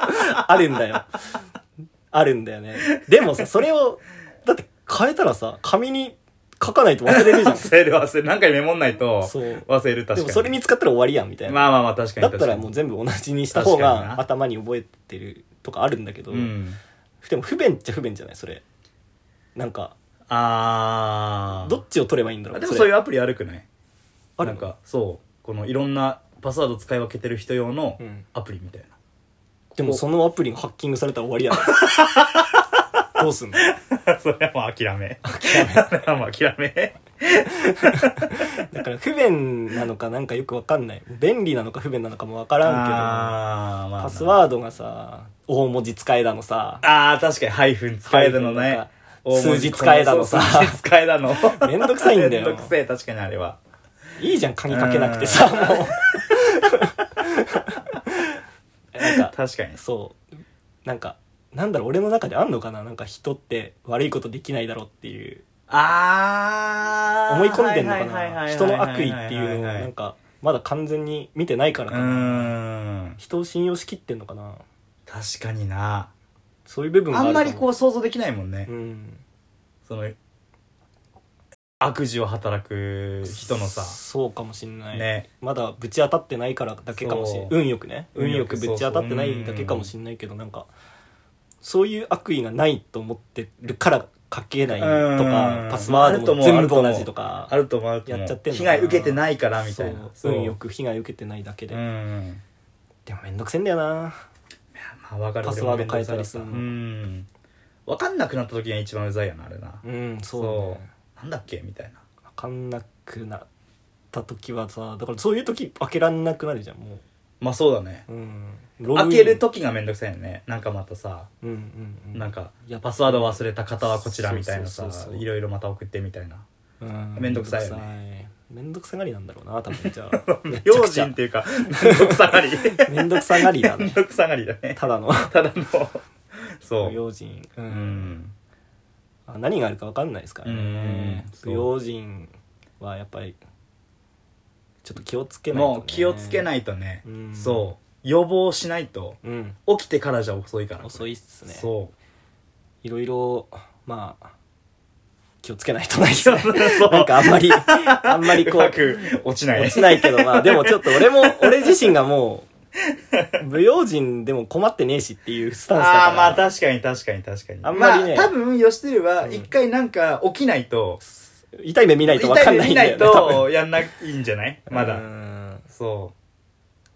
[SPEAKER 1] あるんだよあるんだよねでもさそれをだって変えたらさ紙に書かないと忘れ るじゃん
[SPEAKER 2] 忘れる忘れる何回メモんないと
[SPEAKER 1] そう
[SPEAKER 2] 忘れる確か
[SPEAKER 1] で
[SPEAKER 2] に
[SPEAKER 1] もそれ見つかったら終わりやんみたいな、
[SPEAKER 2] まあまあまあ確かに
[SPEAKER 1] だっ
[SPEAKER 2] 確か
[SPEAKER 1] た
[SPEAKER 2] に
[SPEAKER 1] らもう全部同じにした方
[SPEAKER 2] 確かにな
[SPEAKER 1] が頭に覚えてるとかあるんだけど、
[SPEAKER 2] うん
[SPEAKER 1] でも不便っちゃ不便じゃないそれなんか
[SPEAKER 2] ああ
[SPEAKER 1] どっちを取ればいいんだろう
[SPEAKER 2] でもそういう
[SPEAKER 1] れ
[SPEAKER 2] アプリ悪くない
[SPEAKER 1] あ
[SPEAKER 2] な
[SPEAKER 1] る
[SPEAKER 2] ん
[SPEAKER 1] の
[SPEAKER 2] かそうこのいろんなパスワード使い分けてる人用の
[SPEAKER 1] うん
[SPEAKER 2] アプリみたいな
[SPEAKER 1] でもそのアプリがハッキングされたら終わりや んどうすんの
[SPEAKER 2] それはもう諦め。 それはもう諦 め。
[SPEAKER 1] だから不便なのかなんかよくわかんない便利なのか不便なのかもわからん
[SPEAKER 2] あー、ま
[SPEAKER 1] け
[SPEAKER 2] あ
[SPEAKER 1] ど
[SPEAKER 2] な
[SPEAKER 1] パスワードがさ大文字使えだのさ
[SPEAKER 2] あー、確かに、ハイフン使えたの
[SPEAKER 1] ハイフン
[SPEAKER 2] ね
[SPEAKER 1] とか。
[SPEAKER 2] 大文
[SPEAKER 1] 数字使えだのさ
[SPEAKER 2] そう数字使えだの。
[SPEAKER 1] めんどくさいんだよ
[SPEAKER 2] めんどくせえ、確かにあれは。
[SPEAKER 1] いいじゃん鍵かけなくてさもう なんか
[SPEAKER 2] 確かに。
[SPEAKER 1] そうなんかなんだろう俺の中であんのかななんか人って悪いことできないだろうっていう
[SPEAKER 2] あー。
[SPEAKER 1] 思い込んでんのか
[SPEAKER 2] はいはいは
[SPEAKER 1] な
[SPEAKER 2] いはいはいはいはい
[SPEAKER 1] 人の悪意っていうのをなんかまだ完全に見てないから
[SPEAKER 2] う
[SPEAKER 1] かな
[SPEAKER 2] ーん。
[SPEAKER 1] 人を信用しきってんのかな
[SPEAKER 2] 確かにな。
[SPEAKER 1] そういう部分が
[SPEAKER 2] あ
[SPEAKER 1] あ
[SPEAKER 2] ん
[SPEAKER 1] る
[SPEAKER 2] まりこ
[SPEAKER 1] う
[SPEAKER 2] う想像できないもんね
[SPEAKER 1] う。ん
[SPEAKER 2] その、悪事を働く人のさ、
[SPEAKER 1] そうかもしんない、
[SPEAKER 2] ね。
[SPEAKER 1] まだぶち当たってないからだけかもしれない
[SPEAKER 2] そう
[SPEAKER 1] 運よくね運よくぶち当たってないだけかもしんないけどなんかそういう悪意がないと思ってるから書けないと
[SPEAKER 2] う
[SPEAKER 1] か
[SPEAKER 2] ん
[SPEAKER 1] パスワードも全部同じとか
[SPEAKER 2] あると思うあると思う
[SPEAKER 1] やっちゃってんの
[SPEAKER 2] 被
[SPEAKER 1] かな
[SPEAKER 2] 害受けてないからみたいな
[SPEAKER 1] そう運よく被害受けてないだけで、
[SPEAKER 2] うん
[SPEAKER 1] でもめんどくせえんだよな
[SPEAKER 2] まあ分かる
[SPEAKER 1] パスワード変えたりする
[SPEAKER 2] う
[SPEAKER 1] の
[SPEAKER 2] ん分かんなくなった時が一番うざいよなあれな
[SPEAKER 1] うんそう,、
[SPEAKER 2] そ
[SPEAKER 1] ね、
[SPEAKER 2] うなんだっけみたいな
[SPEAKER 1] 分かんなくなった時はさだからそういう時開けらんなくなるじゃんも
[SPEAKER 2] まあそうだね
[SPEAKER 1] う、うん、
[SPEAKER 2] 開ける
[SPEAKER 1] と
[SPEAKER 2] 時がめんどくさいよねなんかまたさ
[SPEAKER 1] うんうんうん
[SPEAKER 2] なんか
[SPEAKER 1] いや
[SPEAKER 2] パスワード忘れた方はこちらみたいなさ
[SPEAKER 1] そうそうそうそう
[SPEAKER 2] いろいろまた送ってみたいな
[SPEAKER 1] うん
[SPEAKER 2] めんどくさいよ
[SPEAKER 1] めんどくさがりなんだろうな多分じ ゃあめちゃ
[SPEAKER 2] 用
[SPEAKER 1] くちゃ
[SPEAKER 2] 心っていうかめんどくさ がり
[SPEAKER 1] めんどくさがりだ
[SPEAKER 2] め ん
[SPEAKER 1] ね
[SPEAKER 2] どくさがりだね
[SPEAKER 1] ただの
[SPEAKER 2] ただのそう
[SPEAKER 1] 不用心う、
[SPEAKER 2] うんん
[SPEAKER 1] あ何があるか分かんないですからね
[SPEAKER 2] う
[SPEAKER 1] 不
[SPEAKER 2] ん
[SPEAKER 1] 用心はやっぱりちょっと気をつけないと、ね、
[SPEAKER 2] もう気をつけないいとね、
[SPEAKER 1] うん
[SPEAKER 2] そう予防しないと
[SPEAKER 1] うん
[SPEAKER 2] 起きてからじゃ遅いから
[SPEAKER 1] 遅いっすね
[SPEAKER 2] そう
[SPEAKER 1] いろいろまあ気をつけないとないですね
[SPEAKER 2] そう
[SPEAKER 1] なんかあんまりあんまり
[SPEAKER 2] う
[SPEAKER 1] こ
[SPEAKER 2] ま
[SPEAKER 1] う
[SPEAKER 2] く落ちない
[SPEAKER 1] 落ちないけどまあでもちょっと俺も 俺自身がもう不用心でも困ってねえしっていうスタンスだから
[SPEAKER 2] ああまあ確かに確かに確かに
[SPEAKER 1] あんまりね
[SPEAKER 2] あ、多分吉テルは
[SPEAKER 1] うん
[SPEAKER 2] 一回なんか起きないと、
[SPEAKER 1] 痛い目見ないと分かんないんだよね
[SPEAKER 2] 痛い目見ないとやんないんじゃない
[SPEAKER 1] 多分
[SPEAKER 2] ま
[SPEAKER 1] う
[SPEAKER 2] だ
[SPEAKER 1] ーん
[SPEAKER 2] そう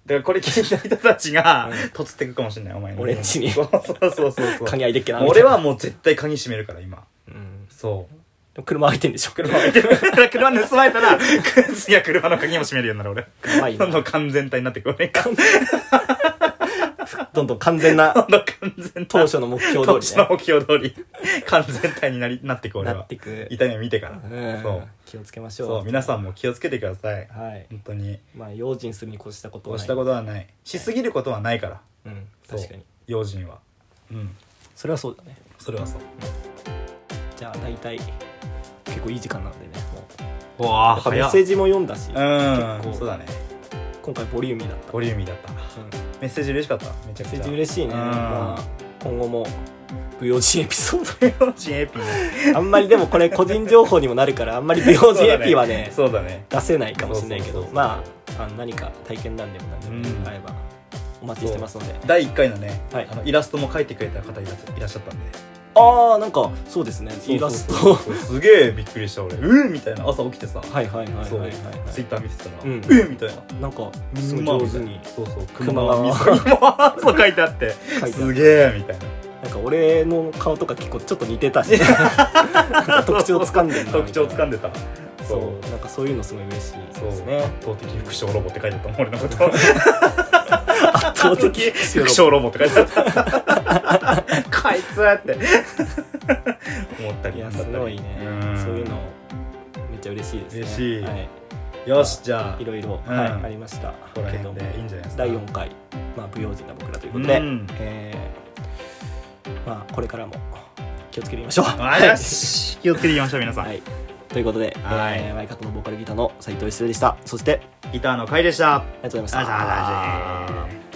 [SPEAKER 2] だからこれ聞いた人たちが
[SPEAKER 1] うん
[SPEAKER 2] とつってくかもしれないお前の
[SPEAKER 1] 俺んちに
[SPEAKER 2] そうそうそうそうそう
[SPEAKER 1] 鍵開いてっけなみたいな
[SPEAKER 2] 俺はもう絶対鍵閉めるから今
[SPEAKER 1] うん
[SPEAKER 2] そう
[SPEAKER 1] でも車開いてんでしょ
[SPEAKER 2] 車置いてるから車盗まれ たら次は車の鍵も閉めるようになる俺
[SPEAKER 1] やばい
[SPEAKER 2] ど
[SPEAKER 1] なん
[SPEAKER 2] どん完全体になってくる俺が
[SPEAKER 1] どんどん完全な
[SPEAKER 2] どんどん完全体
[SPEAKER 1] 当初の目標
[SPEAKER 2] 当
[SPEAKER 1] 通
[SPEAKER 2] 初
[SPEAKER 1] りね
[SPEAKER 2] の目標通り完全体になりなってく俺
[SPEAKER 1] なっ
[SPEAKER 2] は
[SPEAKER 1] ていく
[SPEAKER 2] 痛い目見てから
[SPEAKER 1] うん
[SPEAKER 2] そう
[SPEAKER 1] 気をつけましょう
[SPEAKER 2] そう皆さんも気をつけてください
[SPEAKER 1] はい
[SPEAKER 2] 本当に
[SPEAKER 1] まあ用心するに越したこと
[SPEAKER 2] こ
[SPEAKER 1] は
[SPEAKER 2] う
[SPEAKER 1] な
[SPEAKER 2] し
[SPEAKER 1] い
[SPEAKER 2] たことはないしすぎることはないから
[SPEAKER 1] うん
[SPEAKER 2] そう
[SPEAKER 1] 確かに
[SPEAKER 2] 用心はうん
[SPEAKER 1] それはそうだね
[SPEAKER 2] それはそう
[SPEAKER 1] じゃあ大体結構いい時間なんでねもう
[SPEAKER 2] うわ
[SPEAKER 1] やっぱメッセー
[SPEAKER 2] ジ
[SPEAKER 1] ジも読んだし
[SPEAKER 2] うん
[SPEAKER 1] 結構
[SPEAKER 2] そうだね
[SPEAKER 1] 今回ボリューミーだっ
[SPEAKER 2] ボリューミーだったメ
[SPEAKER 1] たうん
[SPEAKER 2] ッセージ嬉しかっためち
[SPEAKER 1] メッセ
[SPEAKER 2] ゃくち
[SPEAKER 1] ー
[SPEAKER 2] ゃ
[SPEAKER 1] ジ嬉しいね
[SPEAKER 2] うん
[SPEAKER 1] まあ今後も VOG エピソー
[SPEAKER 2] 用心エピね
[SPEAKER 1] ドあんまりでもこれ個人情報にもなるからあんまり VOG エピは ね
[SPEAKER 2] そうだね
[SPEAKER 1] 出せないかもしれないけ
[SPEAKER 2] そう
[SPEAKER 1] ど
[SPEAKER 2] そうそう
[SPEAKER 1] まああの何か体験談でも何で
[SPEAKER 2] う
[SPEAKER 1] も
[SPEAKER 2] ん
[SPEAKER 1] あればお待ちしてますので
[SPEAKER 2] 第1回のね、
[SPEAKER 1] はい
[SPEAKER 2] あのイラストも描いてくれた方いらっしゃいらっしゃったんで
[SPEAKER 1] ああなんかそうですねイラスト
[SPEAKER 2] すげえびっくりした俺うーみたいな朝起きてさ、
[SPEAKER 1] はいはいはいはい
[SPEAKER 2] そう、
[SPEAKER 1] はい
[SPEAKER 2] ツイッター見てたら、
[SPEAKER 1] うん
[SPEAKER 2] うーみたいな
[SPEAKER 1] なんかすごい上手に
[SPEAKER 2] そうそう
[SPEAKER 1] 熊
[SPEAKER 2] 熊
[SPEAKER 1] が
[SPEAKER 2] がみそぎ もそう書いてあって
[SPEAKER 1] 書いてあ
[SPEAKER 2] す
[SPEAKER 1] る
[SPEAKER 2] げえみたいな
[SPEAKER 1] なんか俺の顔とか結構ちょっと似てた しなんか特徴掴んでるな
[SPEAKER 2] 特徴掴ん
[SPEAKER 1] で
[SPEAKER 2] でたそ
[SPEAKER 1] そううなんかそういうのすごい嬉しい
[SPEAKER 2] そう
[SPEAKER 1] ですね
[SPEAKER 2] 圧倒的副将ロボって書いてあったもん俺のこと
[SPEAKER 1] 圧倒的
[SPEAKER 2] 副将ロボって書いてあった こいつって思ったり
[SPEAKER 1] いや
[SPEAKER 2] なんだ
[SPEAKER 1] す
[SPEAKER 2] ったり
[SPEAKER 1] ごいね
[SPEAKER 2] ん
[SPEAKER 1] そういうのめっちゃ嬉しいですね
[SPEAKER 2] 嬉しい
[SPEAKER 1] はい、
[SPEAKER 2] よしじゃあ
[SPEAKER 1] いろいろ、
[SPEAKER 2] うん
[SPEAKER 1] はい、ありました
[SPEAKER 2] ここら
[SPEAKER 1] けど
[SPEAKER 2] 辺
[SPEAKER 1] も
[SPEAKER 2] でいいんじゃないですか
[SPEAKER 1] 第4回、まあ、不用心な僕らということで、
[SPEAKER 2] うん
[SPEAKER 1] えーまあ、これからも気をつけていきましょう。
[SPEAKER 2] あよし気をつけていきましょう皆さん、
[SPEAKER 1] はい、ということで、
[SPEAKER 2] はい
[SPEAKER 1] えーワイカットのボーカルギターの斉藤一世でしたそして
[SPEAKER 2] ギターの回でした
[SPEAKER 1] ありがとうございました。
[SPEAKER 2] ありがとうございました